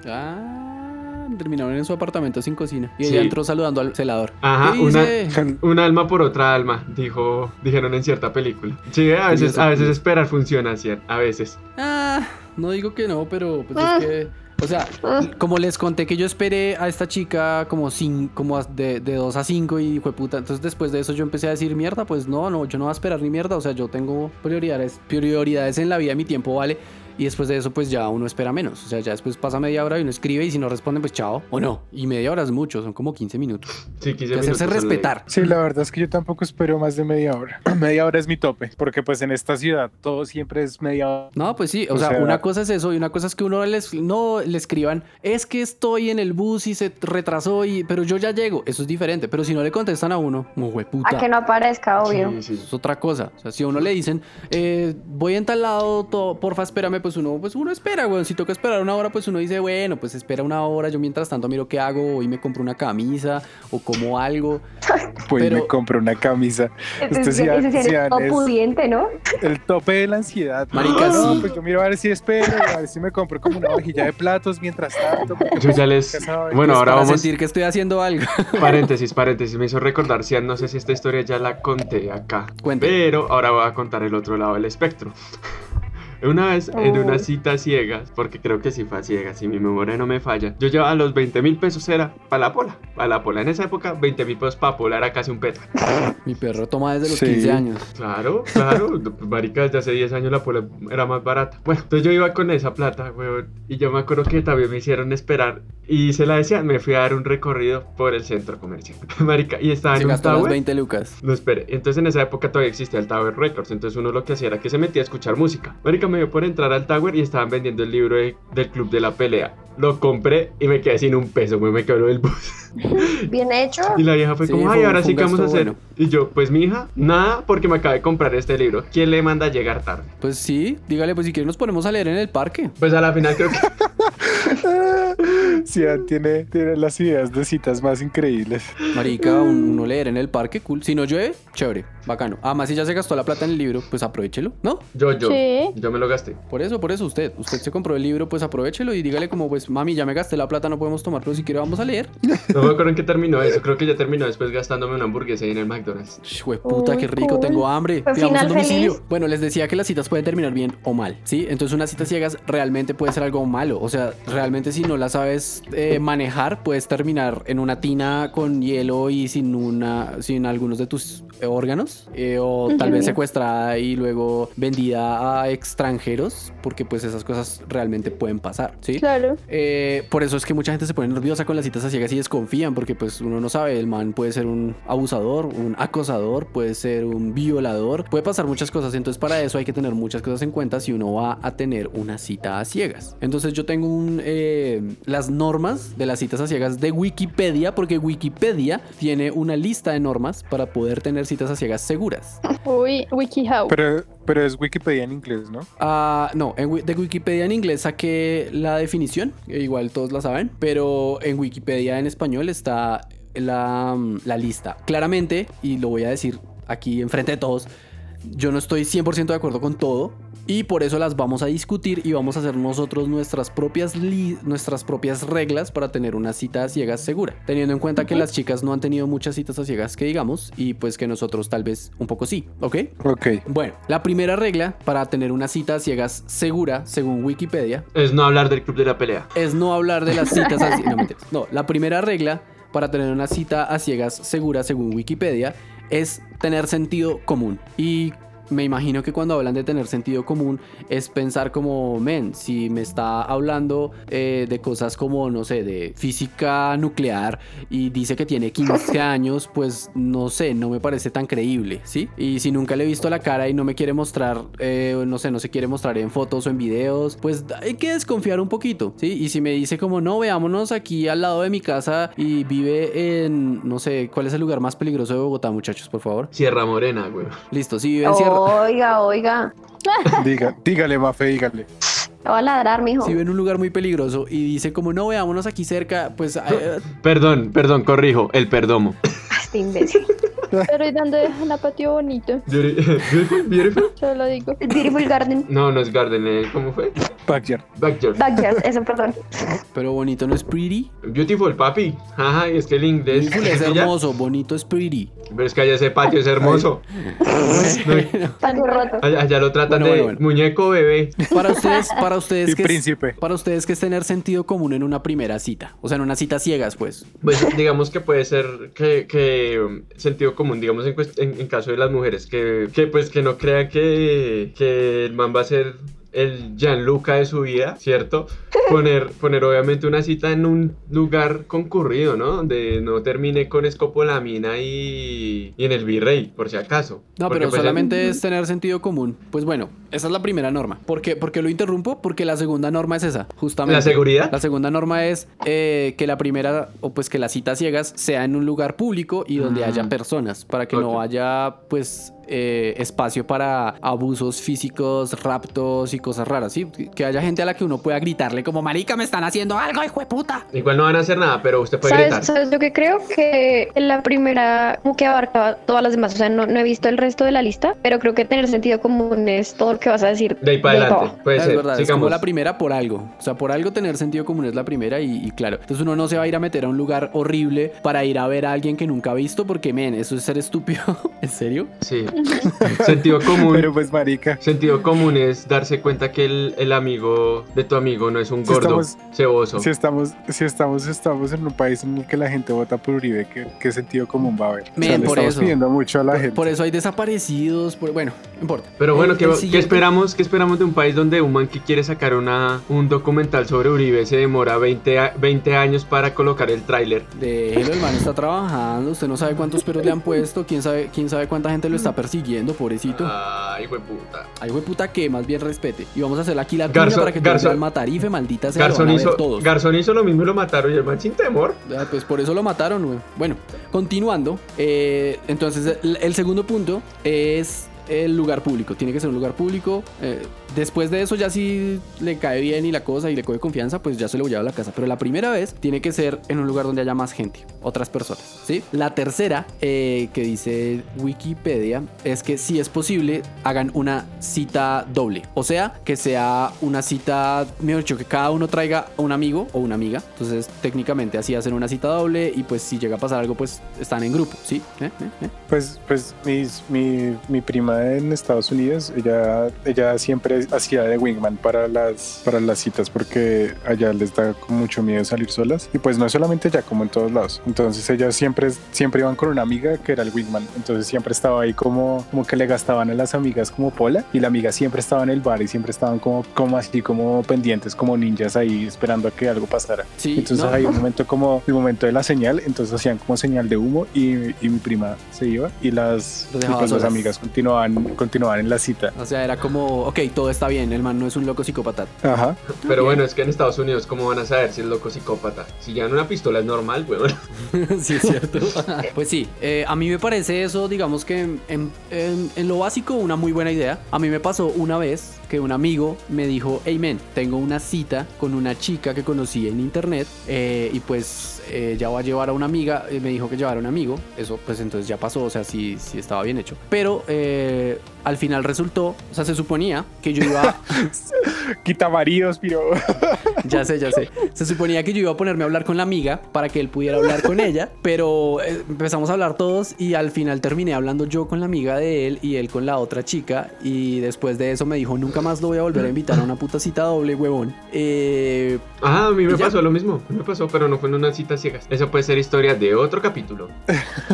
A: Ah, terminaron en su apartamento sin cocina. Y
C: Sí.
A: ella entró saludando al celador.
C: Ajá,
A: ¿Qué
C: una-
A: dice?
C: Un alma por otra alma, dijo, dijeron en cierta película. Sí, a veces,
A: Curioso,
C: a veces
A: curioso.
C: esperar funciona, sí, a veces.
A: Ah, no digo que no, pero pues
B: Ah.
A: es que... O sea,
B: Ah.
A: como les conté que yo esperé a esta chica como, sin, como as- de, de 2 a 5 y fue puta. Entonces después de eso yo empecé a decir mierda, pues no, no, yo no voy a esperar ni mierda. O sea, yo tengo prioridades, prioridades en la vida, mi tiempo vale. y después de eso pues ya uno espera menos. O sea, ya después pasa media hora y uno escribe y si no responden pues chao o no. Y media hora es mucho, son como 15 minutos.
C: Sí, 15
A: Hay que hacerse
C: minutos al-
A: respetar.
E: Sí, la verdad es que yo tampoco espero más de media hora. media hora es mi tope, porque pues en esta ciudad todo siempre es media hora.
A: No, pues sí, o,
E: O
A: sea,
E: sea-
A: una cosa es eso y una cosa es que uno les, no le escriban, es que estoy en el bus y se retrasó, y, pero yo ya llego, eso es diferente, pero si no le contestan a uno, como
B: A que
A: hueputa,
B: no aparezca, obvio.
C: Sí, sí.
A: es otra cosa, o sea, si a uno le dicen, eh, voy en tal lado, to- porfa, espérame, pues uno, pues uno espera, weón, si toca esperar una hora, pues uno dice, bueno, pues espera una hora, yo mientras tanto miro qué hago, hoy me compro una camisa o como algo,
E: Pues
A: Pero-
E: me compro una camisa.
B: Ese
E: Este
B: sí
E: Cian-
B: ese sí eres
E: Cian
B: todo
E: es-
B: pudiente, ¿no?
E: El tope de la ansiedad.
A: Marica,
E: No,
A: sí.
E: pues yo miro a ver si espero, a ver si me compro como una vajilla de platos mientras tanto. porque
C: Yo ya les.
E: Ya saben.
C: Bueno,
E: Pues
C: ahora
A: para
C: vamos.
A: sentir que estoy haciendo algo.
C: Paréntesis, paréntesis. Me hizo recordar, Cian, no sé si esta historia ya la conté acá.
A: Cuente.
C: Pero ahora voy a contar el otro lado del espectro. Una vez en
B: Oh.
C: una cita a ciegas, porque creo que sí fue a ciegas, si mi memoria no me falla, yo llevaba los 20 mil pesos, era para la pola. Para la pola en esa época, 20 mil pesos para pola era casi un peta.
A: Mi perro toma desde los
E: Sí.
A: 15 años.
C: Claro, claro, no, pues, marica, desde hace 10 años la pola era más barata. Bueno, entonces yo iba con esa plata, weón, y yo me acuerdo que también me hicieron esperar, y se la decían, me fui a dar un recorrido por el centro comercial, marica, y estaba
A: Se
C: en un
A: gastó las
C: tower.
A: 20 lucas.
C: No, espere, entonces en esa época todavía existía el Tower Records, entonces uno lo que hacía era que se metía a escuchar música. Marica, me dio por entrar al Tower y estaban vendiendo el libro de- del Club de la Pelea. Lo compré y me quedé sin un peso, güey, me quebró el bus.
B: Bien hecho.
C: Y la vieja fue
A: Sí,
C: como,
A: fue
C: ay,
A: un-
C: ahora
A: fue
C: sí
A: un
C: que vamos a
A: gasto
C: hacer.
A: bueno.
C: Y yo, pues mi hija, nada, porque me acabé de comprar este libro. ¿Quién le manda a llegar tarde?
A: Pues sí, dígale, pues si quiere nos ponemos a leer en el parque.
C: Pues a la final creo que
E: Cian tiene, tiene las ideas de citas más increíbles.
A: Marica, un- uno leer en el parque, cool. Si no llueve, chévere, bacano. Además, si ya se gastó la plata en el libro, pues aprovechelo, ¿no?
C: yo, yo,
F: Sí.
C: yo me lo gasté.
A: Por eso, por eso usted. Usted se compró el libro, pues aprovechelo y dígale como, pues, mami, ya me gasté la plata, no podemos tomar, pero si quiere vamos a leer.
C: No me acuerdo en qué terminó eso, creo que ya terminó después gastándome una hamburguesa ahí en el McDonald's.
A: Hue puta,
B: Uy,
A: qué rico,
B: cool.
A: tengo hambre.
B: Fue
A: Pidamos un
B: final
A: domicilio.
B: feliz.
A: Bueno, les decía que las citas pueden terminar bien o mal, ¿sí? Entonces una cita ciegas realmente puede ser algo malo. O sea, realmente si no la sabes eh, manejar, puedes terminar en una tina con hielo y sin una, sin algunos de tus eh, órganos. eh, o tal
B: Ujú.
A: vez secuestrada y luego vendida a extranjeros, porque pues esas cosas realmente pueden pasar, ¿sí?
F: Claro.
A: Eh, por eso es que mucha gente se pone nerviosa con las citas a ciegas y desconfían, porque pues uno no sabe, el man puede ser un abusador, un acosador, puede ser un violador, puede pasar muchas cosas, entonces para eso hay que tener muchas cosas en cuenta si uno va a tener una cita a ciegas. Entonces yo tengo un, eh, las normas de las citas a ciegas de Wikipedia, porque Wikipedia tiene una lista de normas para poder tener citas a ciegas seguras.
F: Uy, WikiHow.
E: Pero, pero es Wikipedia en inglés, ¿no?
A: Ah, no, en Wi- de Wikipedia en inglés saqué la definición, e igual todos la saben, pero en Wikipedia en español está la, mm, la lista. Claramente, y lo voy a decir aquí enfrente de todos, yo no estoy 100% de acuerdo con todo y por eso las vamos a discutir y vamos a hacer nosotros nuestras propias, li- nuestras propias reglas para tener una cita a ciegas segura, teniendo en cuenta que las chicas no han tenido muchas citas a ciegas que digamos y pues que nosotros tal vez un poco sí, ¿ok?
E: Ok.
A: Bueno, la primera regla para tener una cita a ciegas segura, según Wikipedia,
C: Es no hablar del Club de la Pelea.
A: es no hablar de las citas a ciegas. No, mentiras. No, la primera regla para tener una cita a ciegas segura, según Wikipedia, es tener sentido común. Y me imagino que cuando hablan de tener sentido común es pensar como, men, si me está hablando eh, de cosas como, no sé, de física nuclear y dice que tiene 15 años, pues no sé, no me parece tan creíble, ¿sí? Y si nunca le he visto la cara y no me quiere mostrar, eh, no sé, no se quiere mostrar en fotos o en videos, pues hay que desconfiar un poquito, ¿sí? Y si me dice como, no, veámonos aquí al lado de mi casa y vive en, no sé, ¿cuál es el lugar más peligroso de Bogotá, muchachos, por favor?
C: Sierra Morena, güey.
A: Listo, si vive en Sierra...
B: Oiga, oiga.
E: Diga, dígale, Mafe, dígale.
B: Te va a ladrar, mijo.
A: Si ven un lugar muy peligroso y dice como no veámonos aquí cerca, pues eh,
C: Perdón, perdón, corrijo, el perdomo.
B: Este imbécil.
F: Pero ¿y dónde dejan a patio bonito?
C: Beautiful, beautiful.
F: Yo lo digo.
B: Beautiful Garden.
C: No, no es Garden, eh, ¿cómo fue?
E: Backyard.
C: Backyard.
B: Backyard, eso, perdón.
A: pero bonito no es pretty.
C: Beautiful, papi. Ajá, es que el inglés.
A: Beautiful es
C: que ya-
A: hermoso, bonito es pretty.
C: Pero es que allá ese patio es hermoso. No,
B: Patio roto.
C: allá, allá lo tratan
A: Bueno,
C: de
A: bueno, bueno.
C: muñeco bebé.
A: Para ustedes, para ustedes
E: Y
A: que es,
E: príncipe.
A: para ustedes que es tener sentido común en una primera cita, o sea, en una cita ciegas, pues.
C: Pues digamos que puede ser que, que, um, sentido común, digamos en, cuest- en, en caso de las mujeres, que, que pues que no crean que, que el man va a ser el Gianluca de su vida, ¿cierto? Poner, poner obviamente una cita en un lugar concurrido, ¿no? Donde no termine con escopolamina y, y en el virrey, por si acaso.
A: No,
C: Porque,
A: pero
C: pues,
A: solamente es tener sentido común. Pues bueno, esa es la primera norma. ¿Por qué, por qué lo interrumpo? Porque la segunda norma es esa, justamente.
C: ¿La seguridad?
A: La segunda norma es eh, que la primera, o pues que las citas ciegas sea en un lugar público y donde
C: Mm.
A: haya personas, para que no
C: Ok.
A: haya, pues, eh, espacio para abusos físicos, raptos y cosas raras, ¿sí? Que haya gente a la que uno pueda gritarle como, marica, me están haciendo algo, hijo de puta.
C: Igual no van a hacer nada, pero usted puede gritar.
B: ¿Sabes, ¿Sabes lo que creo? Que la primera como que abarcaba todas las demás. O sea, no, no he visto el resto de la lista, pero creo que tener sentido común es todo lo que vas a decir.
C: De ahí para adelante.
B: todo.
C: Puede
A: es
C: ser.
A: verdad, es como
C: Sigamos.
A: la primera por algo. O sea, por algo tener sentido común es la primera y, y claro. Entonces uno no se va a ir a meter a un lugar horrible para ir a ver a alguien que nunca ha visto porque, men, eso es ser estúpido. ¿En serio?
C: Sí. Sentido común.
E: Pero pues, marica,
C: Sentido común es darse cuenta que el, el amigo de tu amigo no es un
E: Si
C: gordo
E: estamos-
C: ceboso.
E: si estamos, si estamos, estamos en un país en el que la gente vota por Uribe, ¿qué, qué sentido común va a haber?
A: Men,
E: le
A: por
E: estamos
A: eso.
E: pidiendo mucho a la gente.
A: Por eso hay desaparecidos. Por... Bueno, no importa.
C: Pero bueno,
A: El-
C: ¿qué,
A: el
C: qué
A: siguiente-
C: esperamos, ¿qué esperamos de un país donde un man que quiere sacar una, un documental sobre Uribe se demora 20, a- 20 años para colocar el tráiler?
A: Déjelo, el man está trabajando. Usted no sabe cuántos perros le han puesto. ¿Quién sabe, quién sabe cuánta gente lo está persiguiendo,
C: Ah.
A: pobrecito?
C: Ay, puta.
A: Ay, de puta que más bien respete. Y vamos a hacer aquí la cuña
C: Garzón-
A: para que te
C: Garzón-
A: el matarife, maldita sea. lo
C: Garzón
A: van a ver
C: hizo,
A: todos.
C: Garzón hizo lo mismo y lo mataron y el man sin temor.
A: Ah, Pues por eso lo mataron, güey. Bueno, continuando. eh, entonces, el, el segundo punto es el lugar público. Tiene que ser un lugar público. eh, después de eso, ya si le cae bien y la cosa y le coge confianza, pues ya se lo lleva a la casa. Pero la primera vez tiene que ser en un lugar donde haya más gente, otras personas, ¿sí? La tercera, eh, que dice Wikipedia, es que si es posible, hagan una cita doble. O sea, que sea una cita, mejor dicho, que cada uno traiga a un amigo o una amiga. Entonces, técnicamente así hacen una cita doble y pues si llega a pasar algo, pues están en grupo, ¿sí? ¿Eh? ¿Eh? ¿Eh?
E: Pues, pues mis- mi, mi prima en Estados Unidos, ella, ella siempre hacía de wingman para las, para las citas porque allá les da como mucho miedo salir solas. Y pues no es solamente allá, como en todos lados. Entonces ellas siempre, siempre iban con una amiga que era el wingman. Entonces siempre estaba ahí como, como que le gastaban a las amigas como pola y la amiga siempre estaba en el bar y siempre estaban como, como así, como pendientes, como ninjas ahí esperando a que algo pasara.
A: Sí,
E: Entonces
A: no.
E: hay un momento como el momento de la señal, entonces hacían como señal de humo y, y mi prima se iba y las,
A: Lo
E: y
A: dejaba
E: pues las
A: solas.
E: amigas continuaban, continuaban en la cita.
A: O sea, era como, ok, todo está bien, el man no es un loco psicópata.
E: Ajá.
A: Ah,
C: Pero bueno, es que en Estados Unidos, ¿cómo van a saber si es loco o psicópata? Si llevan una pistola es normal, weón.
A: sí, es cierto. pues sí, eh, a mí me parece eso, digamos que en, en- en- en lo básico, una muy buena idea. A mí me pasó una vez que un amigo me dijo, hey men, tengo una cita con una chica que conocí en internet eh, y pues eh, ya va a llevar a una amiga, eh, me dijo que llevara a un amigo, eso pues entonces ya pasó, o sea, sí, sí estaba bien hecho. Pero eh, al final resultó, o sea, se suponía que yo iba...
E: Quita varíos, piro.
A: Ya sé, ya sé. Se suponía que yo iba a ponerme a hablar con la amiga para que él pudiera hablar con ella, pero eh, empezamos a hablar todos y al final terminé hablando yo con la amiga de él y él con la otra chica y después de eso me dijo, nunca más lo voy a volver a invitar a una puta cita doble, huevón. Eh,
C: Ah, a mí me
A: ¿Y ya?
C: pasó lo mismo. Me pasó, pero no fue en una cita ciegas. Eso puede ser historia de otro capítulo.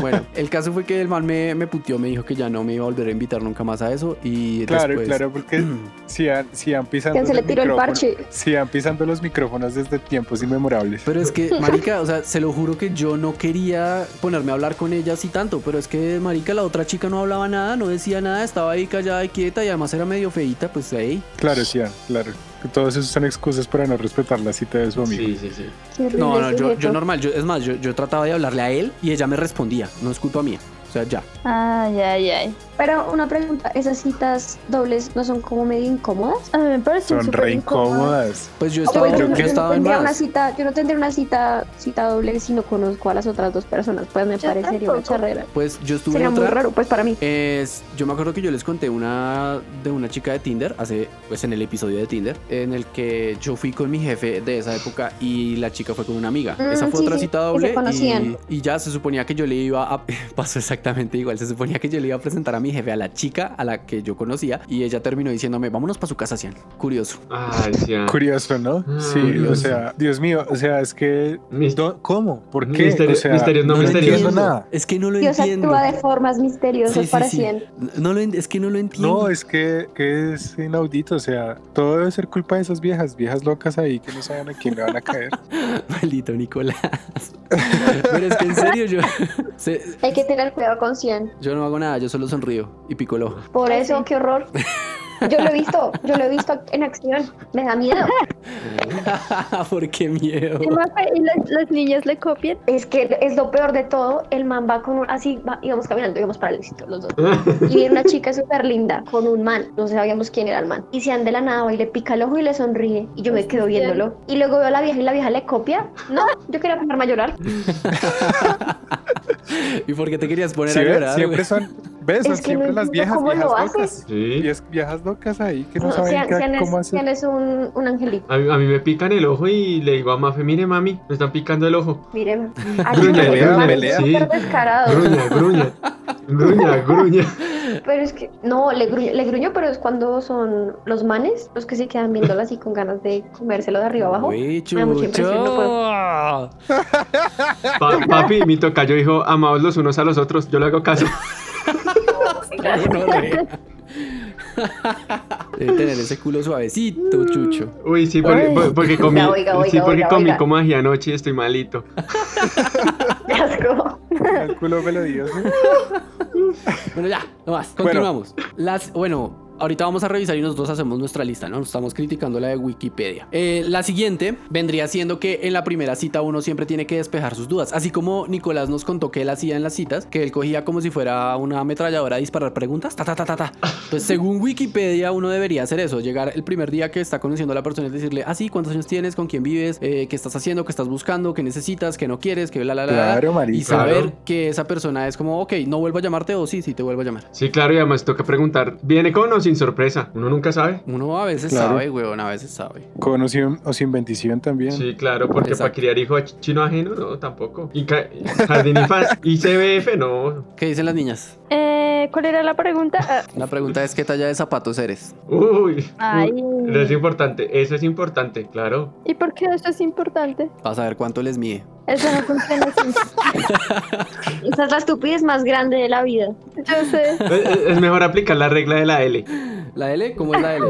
A: bueno, el caso fue que el man me, me puteó, me dijo que ya no me iba a volver a invitar nunca más a eso y
E: Claro,
A: después...
E: claro, porque si han, si han pisando.
B: Que se le
E: los
B: tiró el
E: micrófonos-
B: parche.
E: Si han pisando los micrófonos desde tiempos inmemorables.
A: Pero es que, Marica, o sea, se lo juro que yo no quería ponerme a hablar con ella así tanto, pero es que, Marica, la otra chica no hablaba nada, no decía nada, estaba ahí callada y quieta y además era medio feíta, pues ahí.
E: Claro, Sian, claro. Que Todos esos son excusas para no respetar la cita de su amigo.
C: Sí, sí, sí.
B: Qué horrible
A: No, no, yo,
B: sujeto.
A: yo normal, yo, es más, yo, yo trataba de hablarle a él y ella me respondía, no es culpa mía, o sea, ya.
F: Ay, ay, ay.
B: Pero una pregunta, ¿esas citas dobles no son como medio incómodas?
F: A mí me parecen
E: Son re
F: súper incómodas.
E: incómodas.
A: Pues yo
B: Pues,
A: estaba,
B: yo,
E: creo
A: yo
B: no-
E: que
B: yo no
A: estaba en
B: tendría una
A: más.
B: cita, yo no tendría una cita, cita doble si no conozco a las otras dos personas, pues me
F: Yo
B: parecería una
F: tampoco.
B: charrera.
A: Pues yo estuve en
B: Sería muy
A: otra.
B: raro, pues para mí.
A: Es, yo me acuerdo que yo les conté una de una chica de Tinder hace pues en el episodio de Tinder en el que yo fui con mi jefe de esa época y la chica fue con una amiga.
B: Mm,
A: esa fue
B: sí,
A: otra
B: sí,
A: cita
B: que se
A: doble y-
B: conocían.
A: y, ya se suponía que yo le iba a pasó esa exactamente igual. Se suponía que yo le iba a presentar a mi jefe, a la chica a la que yo conocía, y ella terminó diciéndome, vámonos para su casa, Cian. Curioso.
C: Ay, Cian.
E: Curioso, ¿no?
C: Ah,
E: Sí, o
C: curioso.
E: sea, Dios mío, o sea, es que...
C: Mis-
E: ¿dó- ¿Cómo? ¿Por qué?
C: Misterio-
E: o sea,
C: misterios no
E: no
A: lo
C: misteriosos.
E: entiendo
A: entiendo.
E: nada.
A: Es que no lo
B: Dios
A: entiendo.
B: actúa de formas misteriosas
A: Sí, sí,
B: para
A: sí.
B: siempre.
A: No lo en- es que no lo entiendo.
E: No, es que, que es inaudito, o sea, todo debe ser culpa de esas viejas, viejas locas ahí que no saben a quién le van a caer.
A: Maldito Nicolás. Pero es que en serio yo, se-
B: Hay que tener cuidado con 100.
A: yo no hago nada, yo solo sonrío y pico el ojo.
B: Por
F: Ah,
B: eso,
F: sí.
B: qué horror. Yo lo he visto, yo lo he visto en acción. Me da miedo.
A: Porque miedo.
F: ¿Qué más? ¿Y las, las niñas le copian?
B: Es que es lo peor de todo. El man va con un. Así va- íbamos caminando, íbamos para el éxito los dos. Y viene una chica súper linda con un man. No sabíamos quién era el man. Y se anda de la nada y le pica el ojo y le sonríe. Y yo me quedo viéndolo. Y luego veo a la vieja y la vieja le copia. No, yo quería ponerme a llorar.
A: ¿Y por qué te querías poner
E: ¿Sí
A: a
E: ves?
A: llorar?
E: Siempre
A: güey?
E: son, ¿ves? Son
B: Es que
E: siempre
B: no
E: las
B: entiendo
E: viejas,
B: cómo lo
E: viejas
B: haces.
E: locas.
C: Sí.
E: Viejas, viejas locas ahí que no
B: No,
E: saben
B: Sean,
E: qué-
B: Sean
E: cómo
B: es,
E: hacer.
B: Sean es un, un angelito.
C: A mí, a mí me pican el ojo y le digo a Mafe, mire mami, me están picando el ojo.
B: Miren.
C: Gruña,
B: Ayúdame,
E: gruña,
B: hermano,
E: pelea.
B: súper descarado.
C: Gruña, gruña, gruña, gruña.
B: Pero es que, no, le gruño, le gruño, pero es cuando son los manes los que se quedan viéndola así con ganas de comérselo de arriba abajo.
A: Uy,
B: Me da mucha impresión, no puedo.
A: chucho.
C: Pa- papi, mi tocayo dijo, amaos los unos a los otros, yo le hago caso.
A: Gonorrea. Debe tener ese culo suavecito, Chucho.
C: Uy, sí, porque,
B: Ay.
C: por- porque comí,
B: Oiga, oiga,
C: sí,
B: oiga,
C: porque
B: oiga,
C: comí
B: oiga.
C: como ají anoche y estoy malito.
B: Qué asco.
E: El culo melodioso.
A: Bueno, ya, nomás, continuamos. Las, bueno, ahorita vamos a revisar y nosotros hacemos nuestra lista, ¿no? Estamos criticando la de Wikipedia. Eh, la siguiente vendría siendo que en la primera cita uno siempre tiene que despejar sus dudas. Así como Nicolás nos contó que él hacía en las citas, que él cogía como si fuera una ametralladora a disparar preguntas, ta, ta, ta, ta, ta. Entonces, según Wikipedia, uno debería hacer eso, llegar el primer día que está conociendo a la persona y decirle, ah, sí, ¿cuántos años tienes? ¿Con quién vives? Eh, ¿Qué estás haciendo? ¿Qué estás buscando? ¿Qué necesitas? ¿Qué no quieres? ¿Qué bla, bla, bla? bla?
E: Claro, marica.
A: Y saber
C: Claro.
A: que esa persona es como, ok, no vuelvo a llamarte o sí, sí te vuelvo a llamar.
C: Sí, claro, y además toca preguntar, ¿viene con o sin sorpresa? Uno nunca sabe.
A: Uno a veces
E: Claro.
A: sabe, weón, a veces sabe.
E: Con o sin, o sin bendición también.
C: Sí, claro, porque para
A: Exacto.
C: criar hijo ch- chino ajeno, no, tampoco. Y ca- jardín infan- y CBF, no.
A: ¿Qué dicen las niñas?
F: Eh, ¿Cuál era la pregunta? Ah,
A: La pregunta es qué talla de zapatos eres.
C: Uy,
F: Ay.
C: eso
A: Mm.
C: es importante, eso es importante, claro.
F: ¿Y por qué eso es importante?
A: Para saber cuánto les mide.
F: Eso no funciona así.
B: Esa es la estupidez más grande de la vida.
F: Yo sé.
C: Es, Pues, es- es mejor aplicar la regla de la L.
A: ¿La L? ¿Cómo es la L?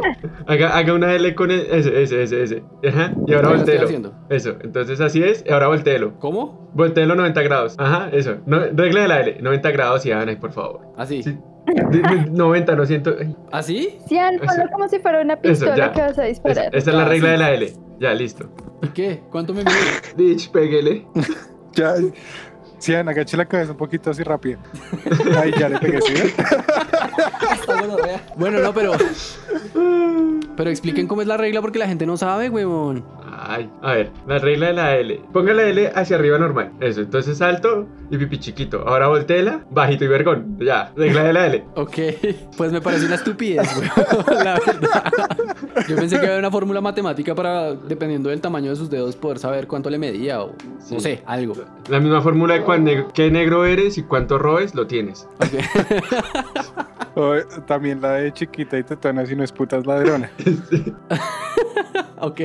C: Haga, haga una L con el- ese, ese, ese, ese. Ajá, y ahora
A: Ahí la estoy
C: volteelo.
A: haciendo.
C: Eso, entonces así es, y ahora volteelo.
A: ¿Cómo?
C: Volteelo 90 grados. Ajá, eso. No- regla de la L, 90 grados y Ana, por favor.
A: Así.
C: Sí. De- de- 90, lo siento.
A: ¿Así?
F: Cian, ponlo
C: Eso.
F: como si fuera una
C: Eso,
F: pistola
C: ya.
F: que vas a
C: Esa,
F: disparar.
C: esa es la regla de la L. Ya, listo.
A: ¿Y qué? ¿Cuánto me mide?
C: Dich, peguele.
E: Ya. Sian, agaché la cabeza un poquito así rápido. Ay, ya le pegué, ¿sí?
A: bueno, no, pero. Pero expliquen cómo es la regla porque la gente no sabe, weón.
C: Ay, a ver, la regla de la L. Ponga la L hacia arriba normal. Eso, entonces alto y pipi chiquito. Ahora volteela, bajito y vergón. Ya, regla de la L.
A: Ok, pues me parece una estupidez, weón. La verdad. Yo pensé que había una fórmula matemática para, dependiendo del tamaño de sus dedos, poder saber cuánto le medía o no
C: Sí.
A: sé, algo.
C: La misma fórmula de cuán neg- qué negro eres y cuánto robes, lo tienes.
A: Ok.
E: O, eh, también la de chiquita y tetona, si no es puta, es ladrona.
A: Ok,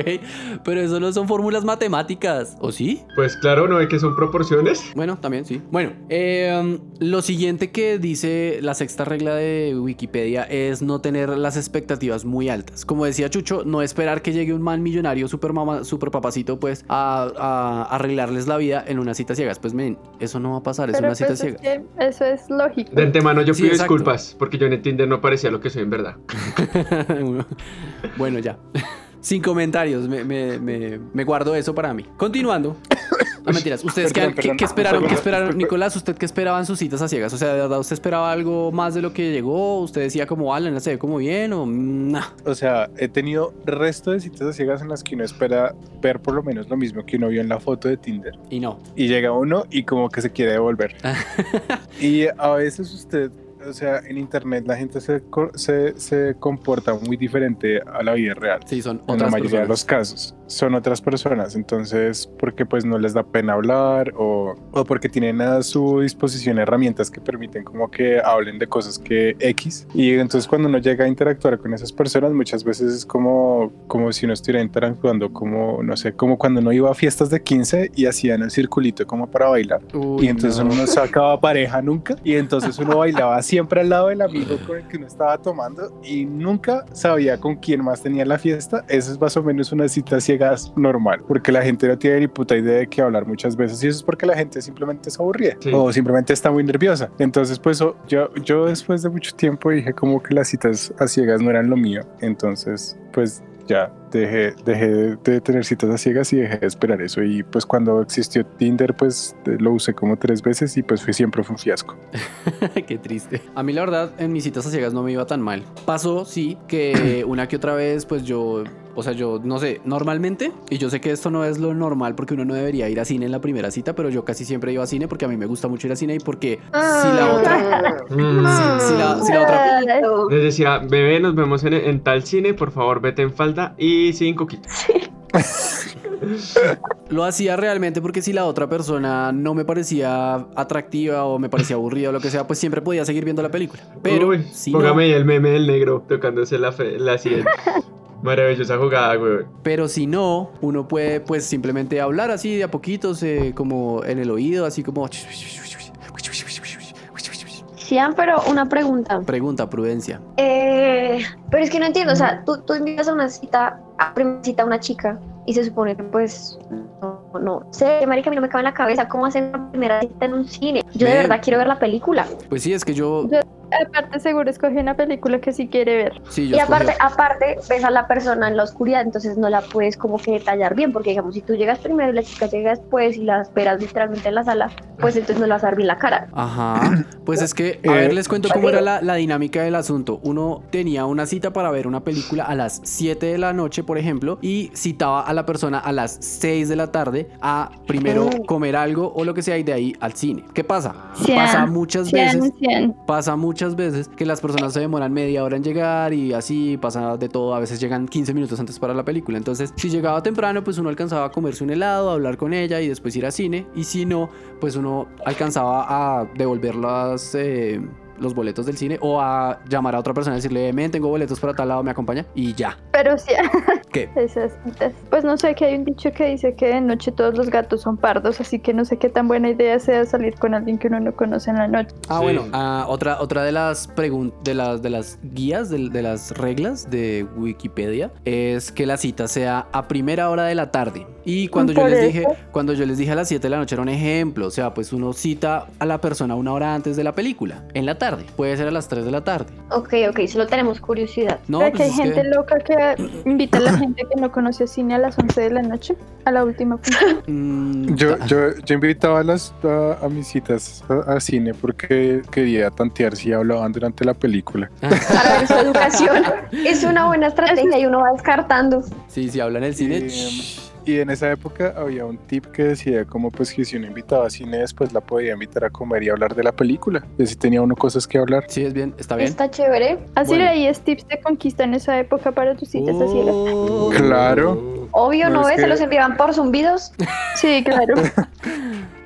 A: pero eso no son fórmulas matemáticas, ¿o sí?
C: Pues claro, no ve que son proporciones.
A: Bueno, también sí. Bueno, eh, lo siguiente que dice la sexta regla de Wikipedia es no tener las expectativas muy altas. Como decía Chucho, no esperar que llegue un man millonario super, mama- super papacito pues a, a arreglarles la vida en una cita ciegas. Pues men, eso no va a pasar, es
F: Pero
A: una cita
F: pues es
A: ciega.
F: que eso es lógico.
C: De antemano yo
A: Sí,
C: pido
A: exacto.
C: disculpas porque yo en el Tinder no parecía lo que soy en verdad.
A: bueno, ya. Sin comentarios, me, me- me- me guardo eso para mí. Continuando. No mentiras, ¿ustedes qué,
E: Perdón,
A: qué-
E: perdón,
A: qué esperaron?
E: un
A: ¿Qué
E: segundo.
A: esperaron? Nicolás, ¿usted qué esperaba en sus citas a ciegas? O sea, ¿de verdad usted esperaba algo más de lo que llegó? ¿Usted decía como, Alan, se ve como bien? ¿O mm, nah?
E: O sea, he tenido resto de citas a ciegas en las que uno espera ver por lo menos lo mismo que uno vio en la foto de Tinder.
A: Y no.
E: Y llega uno y como que se quiere devolver. y a veces usted, o sea, en internet la gente se, cor- se, se comporta muy diferente a la vida real.
A: Sí, son
E: En la
A: otras
E: mayoría de
A: personas.
E: los casos. son otras personas, entonces porque pues no les da pena hablar o, o porque tienen a su disposición herramientas que permiten como que hablen de cosas que X y entonces cuando uno llega a interactuar con esas personas muchas veces es como, como si uno estuviera interactuando como, no sé, como cuando uno iba a fiestas de 15 y hacían el circulito como para bailar
A: Uy,
E: y entonces
A: no.
E: uno no sacaba pareja nunca y entonces uno bailaba siempre al lado del amigo con el que uno estaba tomando y nunca sabía con quién más tenía la fiesta eso es más o menos una cita ciegas normal porque la gente no tiene ni puta idea de qué hablar muchas veces y eso es porque la gente simplemente es aburrida
C: Sí.
E: o simplemente está muy nerviosa entonces pues o- yo, yo después de mucho tiempo dije como que las citas a ciegas no eran lo mío entonces pues ya dejé, dejé de tener citas a ciegas y dejé de esperar eso. Y pues cuando existió Tinder, pues eh, lo usé como tres veces y pues fui, siempre fue un fiasco.
A: Qué triste. A mí la verdad en mis citas a ciegas no me iba tan mal. Pasó, sí, que una que otra vez pues yo, o sea, yo no sé, normalmente, y yo sé que esto no es lo normal porque uno no debería ir a cine en la primera cita, pero yo casi siempre iba a cine porque a mí me gusta mucho ir a cine y porque si
B: Ah.
A: la otra...
C: Mm.
A: Si, si la, si la otra...
C: Les decía, bebé, nos vemos en, en tal cine, por favor, vete en falda y sin coquita.
A: Lo hacía realmente porque si la otra persona no me parecía atractiva o me parecía aburrida o lo que sea, pues siempre podía seguir viendo la película. Pero
C: Uy,
A: si no-
C: póngame ahí el meme del negro tocándose la, fe- la sien. Maravillosa jugada, güey.
A: Pero si no, uno puede pues simplemente hablar así de a poquitos, eh, como en el oído, así como...
B: Sian, pero una pregunta.
A: Pregunta, prudencia.
B: Eh, pero es que no entiendo, o sea, tú, tú invitas a una cita, a primera cita a una chica y se supone que pues no, no sé, marica, a mí no me cabe en la cabeza cómo hacen una primera cita en un cine. Yo de
A: Ven.
B: verdad quiero ver la película.
A: Pues sí, es que yo...
F: Aparte, seguro escoge una película que sí quiere ver.
A: Sí, yo
B: Y aparte,
A: escogí-
B: aparte, ves a la persona en la oscuridad, entonces no la puedes como que detallar bien, porque digamos, si tú llegas primero y la chica llega después y la esperas literalmente en la sala, pues entonces no le vas a dar bien la cara.
A: Ajá. Pues es que, a
E: Eh,
A: ver, les cuento cómo era la, la dinámica del asunto. Uno tenía una cita para ver una película a las 7 de la noche, por ejemplo, y citaba a la persona a las 6 de la tarde a primero
B: Mm.
A: comer algo o lo que sea y de ahí al cine. ¿Qué pasa?
F: Sí,
A: Pasa
F: ah,
A: muchas veces.
F: 100, 100.
A: Pasa muchas veces que las personas se demoran media hora en llegar y así pasa de todo. A veces llegan 15 minutos antes para la película. Entonces, si llegaba temprano, pues uno alcanzaba a comerse un helado, a hablar con ella y después ir a cine. Y si no, pues uno alcanzaba a devolver las, eh, los boletos del cine o a llamar a otra persona y decirle, men, tengo boletos para tal lado, me acompaña. Y ya.
F: Pero sí.
A: ¿Qué?
F: Esas citas. Pues no sé, que hay un dicho que dice que de noche todos los gatos son pardos, así que no sé qué tan buena idea sea salir con alguien que uno no conoce en la noche.
A: Ah,
C: Sí.
A: bueno, ah, otra, otra de las pregun- de las de las guías, de, de las reglas de Wikipedia, es que la cita sea a primera hora de la tarde. Y cuando yo
F: Por
A: les
F: eso.
A: dije, cuando yo les dije a las 7 de la noche era un ejemplo. O sea, pues uno cita a la persona una hora antes de la película, en la tarde. Puede ser a las 3 de la tarde.
B: Ok, ok, solo tenemos curiosidad.
A: No,
F: Pero que
A: pues
F: hay
A: es que-
F: gente loca que invita a la gente que no conoció cine a las 11 de la noche, a la última función.
A: Mm,
E: Yo,
A: ta-
E: yo, yo invitaba a, las, a, a mis citas a, a cine porque quería tantear si hablaban durante la película.
B: Para ver su educación. es una buena estrategia y uno va descartando.
A: Sí, si habla en el cine.
E: Eh,
A: shh.
E: Y en esa época había un tip que decía como pues que si uno invitaba a cine después la podía invitar a comer y hablar de la película. Y así tenía uno cosas que hablar.
A: Sí, es bien, está bien.
B: Está chévere.
F: Así
A: Bueno.
F: leí tips de conquista en esa época para tus citas a ciegas.
A: Oh.
E: Claro.
B: Obvio, ¿no,
E: No, es
B: ves?
E: que-
B: Se los enviaban por zumbidos.
F: Sí, claro.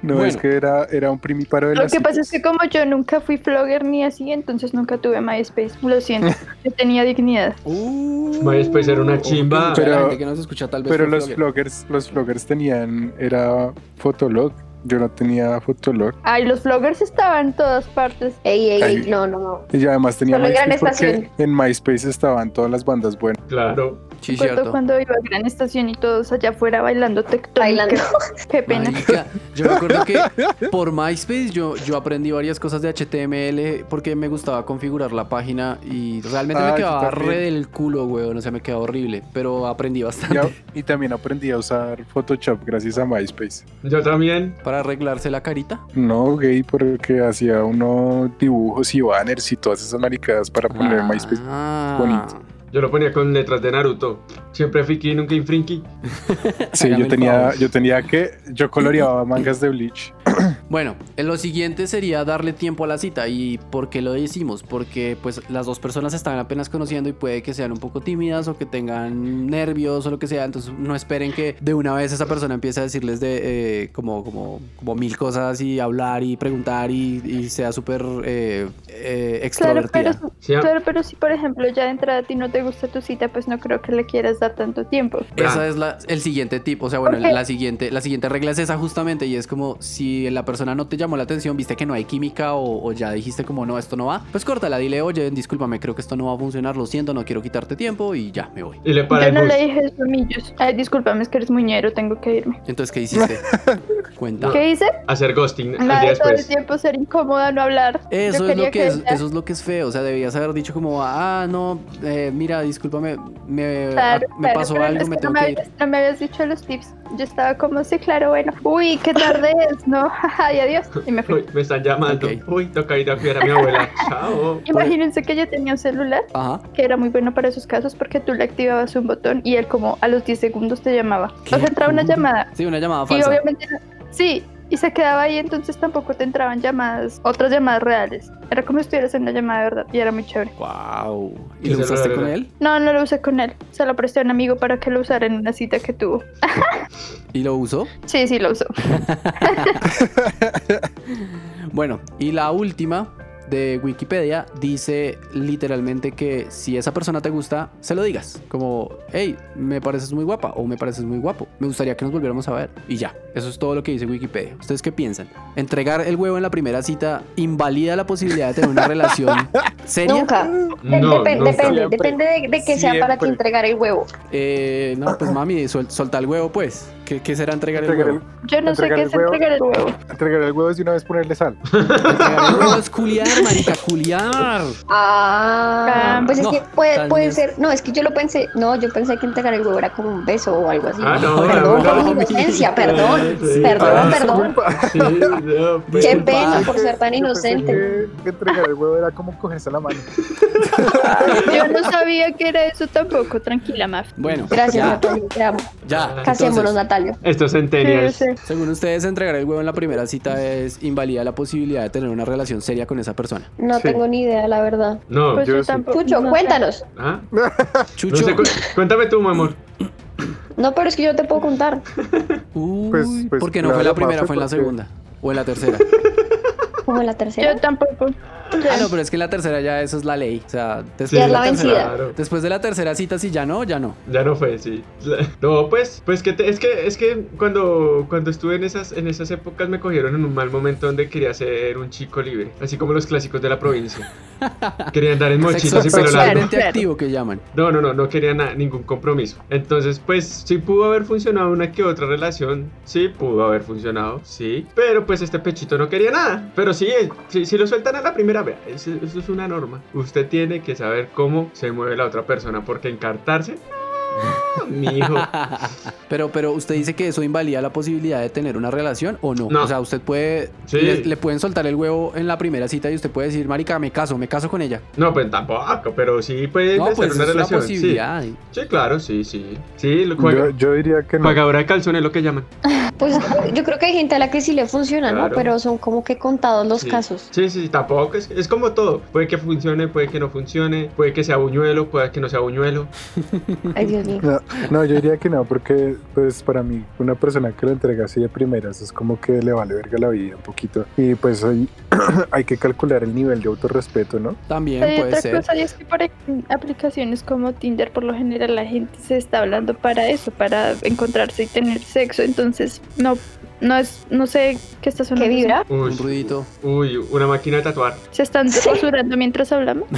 E: No es
A: Bueno.
E: que era, era un primiparo de
F: Lo
E: las
F: que pasa
E: citas.
F: es que como yo nunca fui flogger ni así, entonces nunca tuve MySpace. Lo siento, yo tenía dignidad.
A: Uh.
C: Vaya, después era una
A: Oh, que
C: chimba.
A: escucha la
E: Pero-
A: gente que nos escucha tal vez
E: Pero
A: fue
E: los
A: blogger.
E: vloggers, los vloggers tenían, era Fotolog. Yo no tenía Fotolog.
F: Ay, los floggers estaban en todas partes.
B: Ey, ey, ey,
E: Ay.
B: no, no, no.
E: Y además tenía
B: Solo en Gran
E: MySpace porque en MySpace estaban todas las bandas buenas.
C: Claro.
A: Sí,
F: Recuerdo
A: cierto.
F: cuando iba a Gran Estación y todos allá afuera bailando tectónica.
B: Bailando.
F: Qué pena.
A: Marica, yo me acuerdo que por MySpace yo, yo aprendí varias cosas de HTML porque me gustaba configurar la página y realmente
E: Ah,
A: me
E: yo
A: quedaba
E: también.
A: re del culo, weón. O sea, me quedaba horrible, pero aprendí
E: Y,
A: bastante
E: a- y también aprendí a usar Photoshop gracias a MySpace.
C: Yo también.
A: para arreglarse la carita.
E: No, gay, porque hacía uno dibujos y banners y todas esas maricadas para poner en MySpace.
A: Ah,
C: Yo lo ponía con letras de Naruto. Siempre friki, nunca infrinki.
E: Sí,
A: Hágame
E: yo
A: el
E: tenía,
A: favor.
E: yo tenía que, yo coloreaba mangas de Bleach.
A: Bueno, en lo siguiente sería darle tiempo a la cita. ¿Y por qué lo decimos? Porque pues las dos personas se están apenas conociendo y puede que sean un poco tímidas o que tengan nervios o lo que sea. Entonces no esperen que de una vez esa persona empiece a decirles de eh, como, como, como mil cosas y hablar y preguntar y, y sea súper eh, eh,
F: Claro pero,
A: extrovertida.
C: Sí, ah.
F: claro, pero si por ejemplo ya de entrada a ti no te gusta tu cita, pues no creo que le quieras dar tanto tiempo.
A: Esa es la, el siguiente tipo, o sea, bueno,
F: Ok.
A: la siguiente, la siguiente regla es esa justamente y es como si la persona no te llamó la atención, viste que no hay química o, o ya dijiste como no, esto no va, pues córtala, dile, oye, discúlpame, creo que esto no va a funcionar, lo siento, no quiero quitarte tiempo y ya, me voy.
C: Y le para
F: Yo
C: el
F: no
C: bus.
F: le dije eso a Millos. Ay, discúlpame, es que eres muñero, tengo que irme.
A: Entonces, ¿qué hiciste? Cuenta.
F: ¿Qué hice?
C: Hacer ghosting el
F: Nada
C: día
F: de todo el
C: después.
F: tiempo ser incómoda, no hablar. Yo
A: pues. Eso es
F: quería
A: lo que es,
F: ella-
A: eso es lo que es feo, o sea, debías haber dicho como, ah, no, eh, mira, discúlpame, me, ah,
F: Claro,
A: me
F: claro,
A: pasó
F: pero es
A: algo, me
F: que no
A: tengo que ir.
F: habías- no me habías dicho los tips. Yo estaba como, sí, claro, bueno. Uy, qué tarde es, ¿no? Jaja, y adiós. Y me fui.
C: Uy, me están llamando.
A: Ok.
C: Uy, toca ir a cuidar a mi abuela. Chao.
F: Imagínense que ella tenía un celular
A: Ajá.
F: que era muy bueno para esos casos porque tú le activabas un botón y él como a los 10 segundos te llamaba.
A: ¿Qué?
F: O sea, entraba una llamada
A: Sí, una llamada
F: y
A: falsa.
F: obviamente sí, y se quedaba ahí, entonces tampoco te entraban llamadas, otras llamadas reales. Era como si estuvieras en una llamada de verdad y era muy chévere.
A: Wow. ¿Y
C: Sí,
A: lo
C: se lo
A: usaste con
C: regalé.
A: él?
F: No, no lo usé con él, se lo presté a un amigo para que lo usara en una cita que tuvo.
A: ¿Y lo usó?
F: Sí, sí lo usó.
A: Bueno, y la última de Wikipedia dice literalmente que si esa persona te gusta, se lo digas. Como, hey, me pareces muy guapa o me pareces muy guapo. Me gustaría que nos volviéramos a ver. Y ya, eso es todo lo que dice Wikipedia. ¿Ustedes qué piensan? ¿Entregar el huevo en la primera cita invalida la posibilidad de tener una relación seria?
B: Nunca. De-
C: No,
B: depen-
C: nunca.
B: depende,
E: Siempre.
B: depende de, de que sea para
E: Siempre.
B: que entregar el huevo.
A: Eh, no, pues mami, suel- suelta el huevo pues. ¿Qué, qué será entregar el
E: Entregar
A: huevo?
E: el,
F: Yo no sé
E: Entregar
F: qué
E: el
F: es
E: huevo.
F: entregar el huevo.
E: entregar el huevo es de una vez ponerle sal.
A: Entregar el huevo es culiar, marica, culiar.
B: Ah,
F: Ah,
B: pues es
A: no,
B: que
A: tan
B: puede, puede
A: bien.
B: ser. No, o sea, yo lo pensé. No, yo pensé que entregar el huevo era como un beso o algo así.
C: Ah, no,
B: perdón
C: no,
B: por mi
C: no,
B: inocencia,
C: mi-
B: perdón.
C: Sí,
B: perdón,
C: ah,
B: perdón.
C: Sí, no, pues.
B: Qué
A: disculpa.
B: pena por ser tan
E: Yo pensé
B: inocente.
E: que- que entregar el huevo era como cogerse la mano.
F: Yo no sabía que era eso tampoco, tranquila, Maf.
A: Bueno,
B: Gracias,
A: ya,
B: Natalia. Te amo.
A: ya.
B: Casémonos,
A: entonces.
B: Natalia.
C: Estos
F: Sí,
C: centennials.
F: sí.
A: Según ustedes, entregar el huevo en la primera cita es invalida la posibilidad de tener una relación seria con esa persona.
B: No
C: Sí.
B: tengo ni idea, la verdad.
C: No,
F: Pues
E: yo
F: yo
E: sí.
F: tampoco.
B: Pucho,
F: no sé.
B: cuéntanos.
C: ¿ah? No
A: Chucho.
C: sé, cu- cuéntame tú, mi amor.
B: No, pero es que yo no te puedo contar.
A: Uy,
E: Pues- pues,
A: porque no
E: la
A: fue la
E: verdad,
A: primera,
E: fue
A: fue en la
E: porque-
A: segunda. O en la tercera.
B: Como en la tercera.
F: Yo tampoco.
A: Ah, no, pero es que en la tercera ya eso es la ley. O sea, después,
B: Ya
A: de,
B: es
A: la
B: la
A: tercera,
B: vencida.
C: Claro.
A: después de la tercera cita, si ya no, ya no.
C: Ya no fue, sí. No, pues, pues que te- es que es que cuando cuando estuve en esas en esas épocas me cogieron en un mal momento donde quería ser un chico libre, así como los clásicos de la provincia. Quería andar en
A: Sexo-
C: mochilas y pelo largo.
A: sexualmente
F: Claro.
A: activo que llaman.
C: No, no, no, no quería na- ningún compromiso. Entonces, pues sí pudo haber funcionado una que otra relación, sí pudo haber funcionado, sí, pero pues este pechito no quería nada. Pero sí, eh, si, si lo sueltan a la primera vez, eso, eso es una norma. Usted tiene que saber cómo se mueve la otra persona porque encartarse, no, mi hijo.
A: Pero, pero usted dice que eso invalida la posibilidad de tener una relación o no.
C: No.
A: O sea, usted puede.
C: Sí.
A: Le, le pueden soltar el huevo en la primera cita y usted puede decir, Marica, me caso, me caso con ella.
C: No, pues tampoco, pero sí puede
A: No,
C: ser
A: pues es
C: una
A: una
C: relación. sí.
A: posibilidad.
C: sí, claro, sí, sí. Sí, lo-
E: Yo,
C: juega-
E: yo diría que no.
C: jugadora de calzón es lo que llaman.
B: Pues yo creo que hay gente a la que sí le funciona,
C: Claro.
B: ¿no? Pero son como que contados los
C: Sí.
B: casos.
C: Sí, sí, tampoco es, es como todo. Puede que funcione, puede que no funcione, puede que sea buñuelo, puede que no sea buñuelo.
B: Ay, Dios mío.
E: No, no, yo diría que no, porque pues para mí una persona que lo entrega así de primeras es como que le vale verga la vida un poquito. Y pues hay, hay que calcular el nivel de autorrespeto, ¿no?
A: También
F: Hay
A: puede
F: otra
A: ser.
F: cosa y es que por ej- aplicaciones como Tinder por lo general la gente se está hablando para eso, para encontrarse y tener sexo, entonces no no es no sé qué está sonando.
B: ¿Qué vibra?
C: Uy,
A: Un ruidito.
C: Uy, una máquina de tatuar.
F: ¿Se están rasurando mientras hablamos?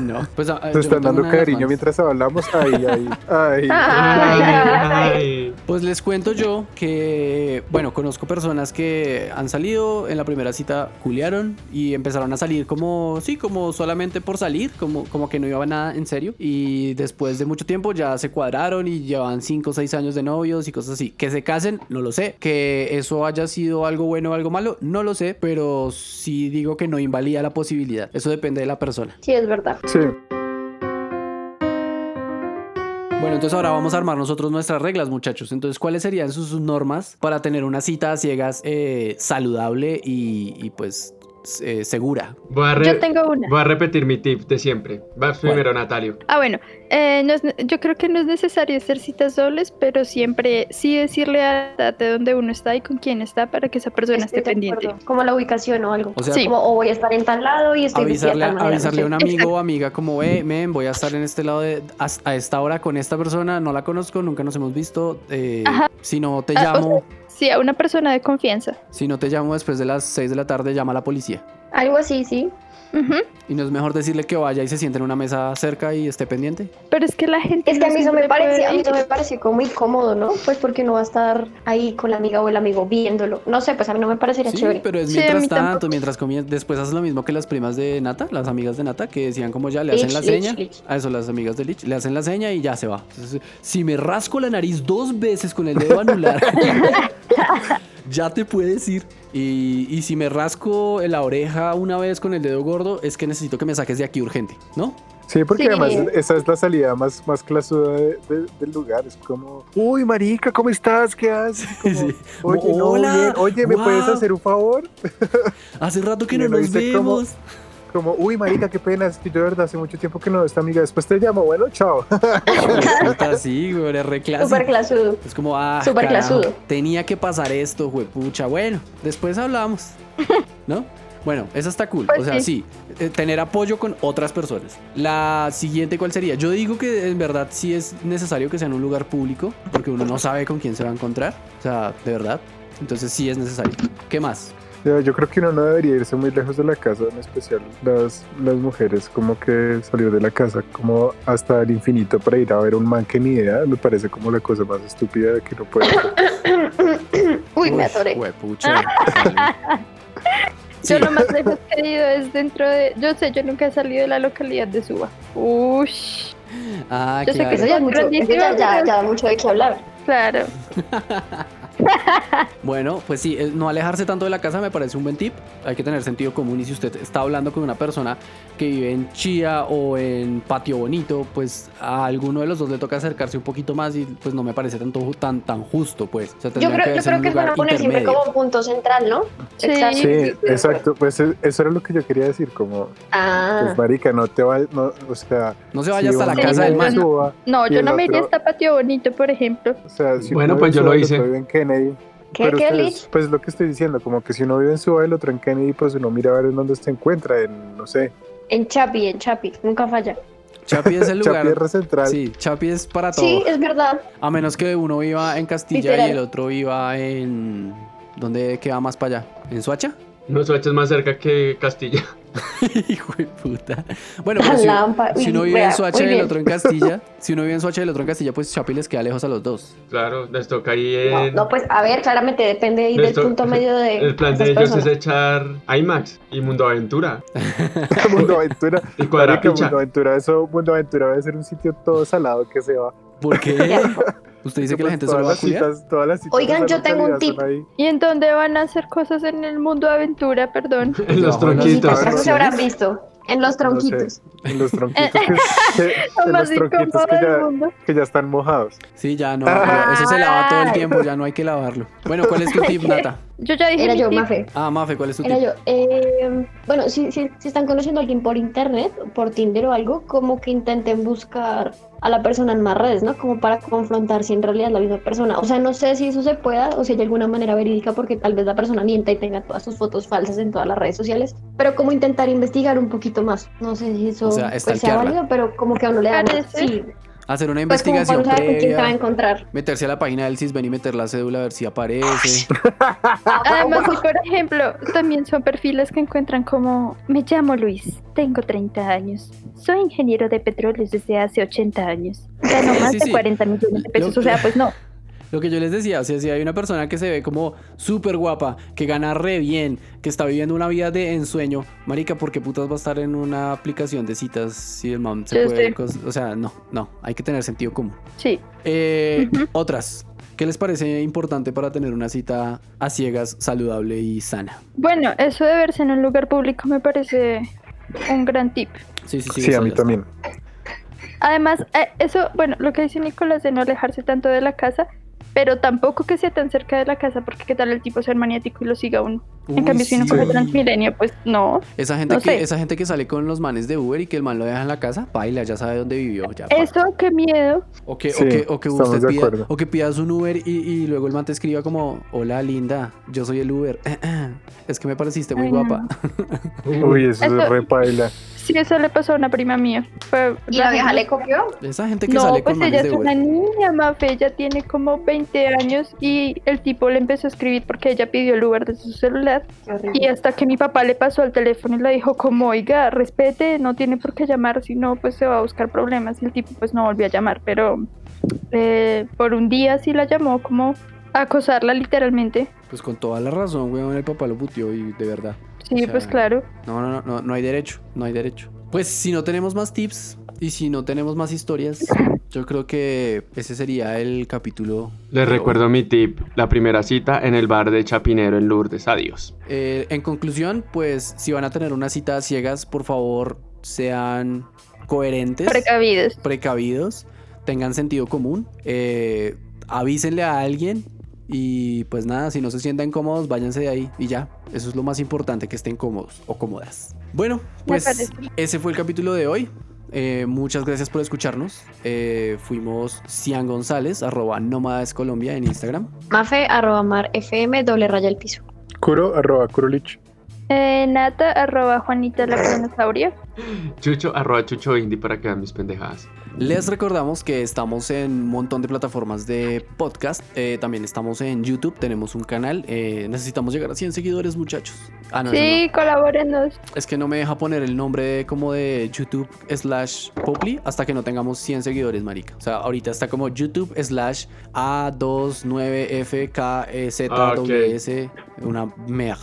A: no. Pues, ah,
E: Te
A: yo
E: están
A: no tengo nada en
E: dando
A: las
E: cariño
A: manos.
E: mientras hablamos. Ay, ay, ay.
C: Ay,
B: Ah.
F: Ay.
C: ay.
A: Pues les cuento yo que, bueno, conozco personas que han salido en la primera cita, culiaron y empezaron a salir como, sí, como solamente por salir, como, como que no iba nada en serio. Y después de mucho tiempo ya se cuadraron y llevan 5 o 6 años de novios y cosas así. Que se casen, no lo sé. Que eso haya sido algo bueno o algo malo, no lo sé. Pero sí digo que no invalida la posibilidad. Eso depende de la persona.
B: Sí, es verdad.
E: Sí,
A: Bueno, entonces ahora vamos a armar nosotros nuestras reglas, muchachos. Entonces, ¿cuáles serían sus, sus normas para tener una cita a ciegas eh, saludable y, y, pues eh, segura?
C: Voy a, re-
F: Yo tengo una.
C: voy a repetir mi tip de siempre. Vas primero, Natalio.
F: Ah, bueno, eh, no es ne- yo creo que no es necesario hacer citas dobles, pero siempre sí decirle a la de dónde uno está y con quién está para que esa persona
B: Estoy
F: esté
B: de
F: pendiente.
B: acuerdo. Este, Como la ubicación o algo.
A: O sea,
F: Sí.
B: Como, o voy a estar en tal lado y estoy vestida de
A: avisarle,
B: tal
A: a,
B: manera, no
A: avisarle a
B: sé.
A: un amigo o amiga como, eh, men, voy a estar en este lado de, a, a esta hora con esta persona, no la conozco, nunca nos hemos visto, eh,
F: Ajá.
A: si no te
F: Ah, o
A: llamo,
F: Sí, a una persona de confianza.
A: si no te llamo después de las 6 de la tarde, llama a la policía.
B: Algo así, sí.
F: Ujú.
A: Y no es mejor decirle que vaya y se siente en una mesa cerca y esté pendiente.
F: Pero es que la gente.
B: Es que a
F: no
B: mí eso me
F: siempre
B: parece,
F: puede
B: a mí eso
F: ir.
B: me parece como incómodo, ¿no? Pues porque uno va a estar ahí con la amiga o el amigo viéndolo. No sé, pues a mí no me parecería
A: Sí,
B: chévere.
A: pero es
F: Sí, a mí
A: mientras tanto,
F: tampoco.
A: mientras comien- después haces lo mismo que las primas de Nata, las amigas de Nata, que decían como ya le hacen
B: Lich,
A: la
B: lich,
A: seña.
B: lich.
A: A eso, las amigas de Lich, le hacen la seña y ya se va. Entonces, si me rasco la nariz dos veces con el dedo anular, ya te puedes ir. Y, y si me rasco la oreja una vez con el dedo gordo, es que necesito que me saques de aquí urgente, ¿no?
E: Sí, porque
B: Sí.
E: además esa es la salida más, más clasuda de- de- del lugar. Es como, uy, marica, ¿cómo estás? ¿Qué haces? Y como,
A: Sí.
E: Oye, no,
A: Hola,
E: bien. Oye, ¿me
A: guau.
E: puedes hacer un favor?
A: Hace rato que
E: Y
A: no
E: uno
A: nos
E: dice como-
A: vemos.
E: Como, uy, marica, qué pena. Es que yo de verdad hace mucho tiempo que no veo a esta amiga. Después te llamo. Bueno, chao.
A: Puta, sí, güey, eres re clásico.
B: Súper clasudo.
A: Es como, ah,
B: Súper
A: carajo,
B: clasudo.
A: tenía que pasar esto, juepucha. Bueno, después hablamos, ¿no? Bueno, esa está cool.
F: Pues
A: o sea, sí,
F: sí.
A: eh, tener apoyo con otras personas. La siguiente, ¿cuál sería? Yo digo que en verdad sí es necesario que sea en un lugar público, porque uno no sabe con quién se va a encontrar. O sea, de verdad. Entonces sí es necesario. ¿Qué más?
E: Yo, yo creo que uno no debería irse muy lejos de la casa, en especial las, las mujeres, como que salir de la casa como hasta el infinito para ir a ver un man que ni idea, me parece como la cosa más estúpida que no puede hacer.
B: Uy, me
A: Uy,
B: atoré.
A: Juepucha. Vale. Sí,
F: Yo lo más lejos que he ido es dentro de. Yo sé, yo nunca he salido de la localidad de Suba. Ush.
A: ah,
F: yo sé
A: claro.
F: que
B: Pues Eso ya es mucho, eso ya, ya,
F: Grandísimo.
B: ya da mucho de qué hablar.
F: Claro.
A: Bueno, pues sí, eh, no alejarse tanto de la casa me parece un buen tip. Hay que tener sentido común y si usted está hablando con una persona que vive en Chía o en Patio Bonito, pues a alguno de los dos le toca acercarse un poquito más y pues no me parece tanto ju- tan tan justo, pues. O sea,
B: Yo
A: tendrían
B: creo, yo
A: verse en
B: creo
A: un
B: que es bueno
A: lugar
B: poner siempre
A: intermedio.
B: como punto central, ¿no?
F: Sí.
B: Exacto.
E: Sí, exacto, pues e- eso era lo que yo quería decir, como,
B: Ah,
E: pues marica, no te va, no, o sea,
A: No se vaya
E: si
A: hasta la
E: uno
A: casa
E: vive
A: del
E: en
A: man.
E: Suba,
F: No,
E: Y
F: yo
E: el
F: no me iría
E: otro-
F: hasta Patio Bonito, por ejemplo.
E: o sea, si
C: Bueno,
E: uno
C: pues yo
E: vive en
C: lo
E: Suba, el
C: hice.
E: otro vive en Kennedy,
B: ¿qué,
E: pero
B: qué,
E: ustedes-
B: Lich?
E: pues lo que estoy diciendo, como que si uno vive en Suba, el otro en Kennedy, pues uno mira a ver en dónde se encuentra, en, no sé,
B: En Chapi, en Chapi, nunca falla.
A: Chapi es el lugar.
E: Chapierra Central.
A: Sí, Chapi es para todo.
B: Sí, es verdad.
A: A menos que uno viva en Castilla y
B: Literal.
A: el otro viva en ¿Dónde queda más para allá? ¿En Suacha?
C: No, Soacha es más cerca que Castilla.
A: Hijo de puta. Bueno, pues
B: La
A: pero si-
B: lámpara,
A: Si
B: uy,
A: uno vive
B: vea,
A: en Soacha
B: muy
A: y el
B: bien.
A: otro en Castilla, si uno vive en Soacha y el otro en Castilla, pues Chapi les queda lejos a los dos.
C: Claro, les toca ahí
B: No,
C: en...
B: no, pues a ver, claramente depende ahí
C: De
B: del
C: esto-
B: punto medio de.
C: El plan de
B: esas
C: ellos
B: personas.
C: es echar IMAX y Mundo Aventura
E: Mundo Aventura.
C: y
E: Marica,
C: Cuadrapicha.
E: Mundo Aventura, eso, Mundo Aventura debe ser un sitio todo salado que se va.
A: ¿Por qué? Usted dice que la
E: Pues
A: gente
E: todas
A: solo va a
E: las
A: culiar.
E: citas, todas las citas
B: Oigan,
E: de esa
B: yo tengo un
E: localidad son
B: tip.
E: ahí.
F: ¿Y en dónde van a hacer cosas en el mundo aventura? Perdón.
C: En
A: Debajo de las
C: los tronquitos.
B: Eso
A: Atracciones.
B: se habrán visto. En los tronquitos.
E: En los tronquitos que, que- en los
F: Lo más
E: tronquitos
F: incómodo
E: que
F: del
E: ya,
F: mundo.
E: que ya están mojados.
A: Sí, ya no. ya- Eso se lava todo el tiempo, ya no hay que lavarlo. Bueno, ¿cuál es tu tip, Nata?
F: Yo ya dije.
B: Era
F: mi
B: yo,
F: tip.
B: Mafe.
A: Ah, Mafe, ¿cuál es tu
B: Era
A: tip?
B: yo. Eh, bueno, si, si, si están conociendo a alguien por internet, por Tinder o algo, como que intenten buscar a la persona en más redes, ¿no? Como para confrontar si en realidad es la misma persona. O sea, no sé si eso se pueda o si hay alguna manera verídica porque tal vez la persona mienta y tenga todas sus fotos falsas en todas las redes sociales, pero como intentar investigar un poquito más. No sé si eso
A: O sea,
B: pues, sea
A: stalkearla.
B: válido, pero como que a uno le da más.
F: Parece.
B: Sí,
A: Hacer una
B: pues como para
A: investigación
B: no saber con quién se va a
A: previa.
B: encontrar.
A: Meterse a la página del CISBEN y meter la cédula a ver si aparece.
F: Además, si, por ejemplo, también son perfiles que encuentran como me llamo Luis, tengo 30 años, soy ingeniero de petróleos desde hace 80 años, gano
A: Sí,
F: más
A: sí,
F: de
A: sí.
F: 40 millones de pesos,
A: Lo-
F: o sea, pues no.
A: Lo que yo les decía, o sea, si hay una persona que se ve como súper guapa, que gana re bien, que está viviendo una vida de ensueño, marica, ¿por qué putas va a estar en una aplicación de citas si el man se
F: Yo
A: puede...
F: estoy-
A: cos- O sea, no, no, hay que tener sentido común.
F: Sí,
A: Eh,
F: Ujú.
A: Otras. ¿Qué les parece importante para tener una cita a ciegas, saludable y sana?
F: bueno, eso de verse en un lugar público me parece un gran tip.
A: Sí, sí, sí.
E: Sí, a
A: eso
E: mí
A: ya
E: también.
F: Además, eh, eso, bueno, lo que dice Nicolás de no alejarse tanto de la casa, pero tampoco que sea tan cerca de la casa, porque qué tal el tipo sea maniático y lo siga uno. en
A: Uy,
F: cambio, si uno
A: sí.
F: coge Transmilenio, pues no.
A: Esa gente,
F: No
A: que,
F: sé.
A: esa gente que sale con los manes de Uber y que el man lo deja en la casa, paila, ya sabe dónde vivió. Ya, pa.
F: Eso, qué miedo.
A: O que,
E: Sí,
A: o que, o que
E: estamos
A: usted
E: de
A: pida-
E: acuerdo.
A: o que pidas un Uber y, y luego el man te escriba como, hola linda, yo soy el Uber. Es que me pareciste muy
F: Ay, no.
A: guapa.
E: Uy, eso es
F: Eso-
E: re paila.
F: Sí, eso le pasó a una prima mía. Fue-
B: Y la vieja le copió.
A: Esa gente que
F: No,
A: sale
F: pues
A: con
F: ella
A: manes
F: es
A: de
F: una
A: Uber.
F: niña, Mafe, ella tiene como 20 años y el tipo le empezó a escribir porque ella pidió el Uber de su celular
B: Qué horrible.
F: y hasta que mi papá le pasó el teléfono y le dijo como, oiga, respete, no tiene por qué llamar, si no, pues se va a buscar problemas y el tipo pues no volvió a llamar, pero eh, por un día sí la llamó como a acosarla literalmente.
A: Pues con toda la razón, weón, el papá lo puteó y de verdad.
F: Sí,
A: O sea,
F: pues claro.
A: No, no, no, no, no hay derecho, no hay derecho. Pues si no tenemos más tips y si no tenemos más historias, yo creo que ese sería el capítulo.
C: Les
A: Pero,
C: recuerdo mi tip, la primera cita en el bar de Chapinero en Lourdes, adiós.
A: eh, en conclusión, pues si van a tener una cita a ciegas, por favor, sean coherentes.
F: Precavidos.
A: precavidos, tengan sentido común, eh, avísenle a alguien y pues nada, si no se sientan cómodos, váyanse de ahí y ya. Eso es lo más importante, que estén cómodos o cómodas. Bueno, pues
F: parece.
A: ese fue el capítulo de hoy. Eh, muchas gracias por escucharnos. Eh, fuimos Cian González, arroba Nómadas Colombia en Instagram.
B: Mafe, arroba mar FM, doble raya el piso.
E: Curo, arroba, curulich.
F: Eh, nata, arroba Juanita la dinosauria.
C: Chucho, arroba Chucho Indy para que vean mis pendejadas.
A: Les recordamos que estamos en un montón de plataformas de podcast. eh, también estamos en YouTube, tenemos un canal. eh, necesitamos llegar a 100 seguidores, muchachos. Ah, no, eso no.
F: Sí, colabórenos.
A: Es que no me deja poner el nombre de- como de YouTube slash Poply hasta que no tengamos 100 seguidores, marica. O sea, ahorita está como YouTube slash E A29FKZWS. Una mierda.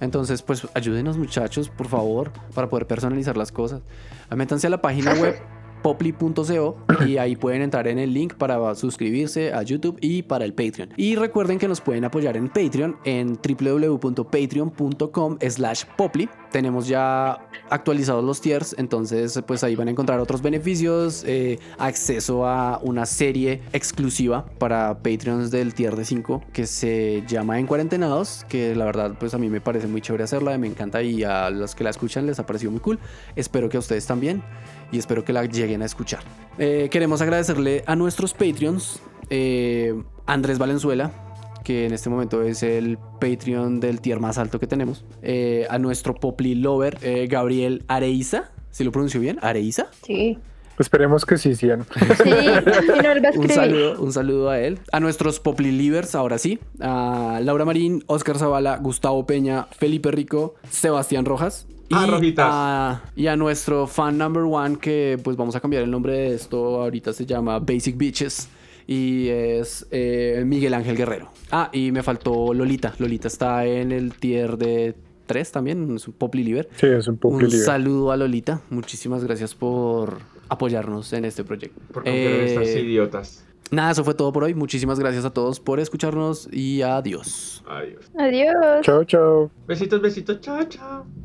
A: Entonces, pues ayúdenos muchachos, por favor, para poder personalizar las cosas. Ah, Métanse a la página web poply.co y ahí pueden entrar en el link para suscribirse a YouTube y para el Patreon. Y recuerden que nos pueden apoyar en Patreon en www.patreon.com slash poply. Tenemos ya actualizados los tiers, entonces pues ahí van a encontrar otros beneficios, eh, acceso a una serie exclusiva para Patreons del tier de 5 que se llama En Cuarentenados, que la verdad pues a mí me parece muy chévere hacerla, me encanta y a los que la escuchan les ha parecido muy cool. Espero que a ustedes también y espero que la lleguen a escuchar. Eh, queremos agradecerle a nuestros Patreons, eh, Andrés Valenzuela, que en este momento es el Patreon del tier más alto que tenemos, eh, a nuestro Poply Lover, eh, Gabriel Areiza, si lo pronuncio bien, Areiza.
B: Sí.
E: Esperemos que sí, Cian.
F: Sí, y no vuelva a
A: Un
F: escribir.
A: saludo, un saludo a él. A nuestros Poply Livers, ahora sí. A Laura Marín, Oscar Zavala, Gustavo Peña, Felipe Rico, Sebastián Rojas. Y,
C: Ah, Rojitas.
A: a, y a nuestro fan number one, que pues vamos a cambiar el nombre de esto. Ahorita se llama Basic Bitches. Y es eh, Miguel Ángel Guerrero. Ah, y me faltó Lolita. Lolita está en el tier de 3 también. Es un Poply Liver.
E: Sí, es un poco
A: Un
E: libre.
A: saludo a Lolita. Muchísimas gracias por apoyarnos en este proyecto.
C: Por confiar en
A: Eh,
C: estas idiotas.
A: Nada, eso fue todo por hoy. Muchísimas gracias a todos por escucharnos y adiós.
C: Adiós.
F: Adiós.
E: Chao, chao.
C: Besitos, besitos, chao, chao.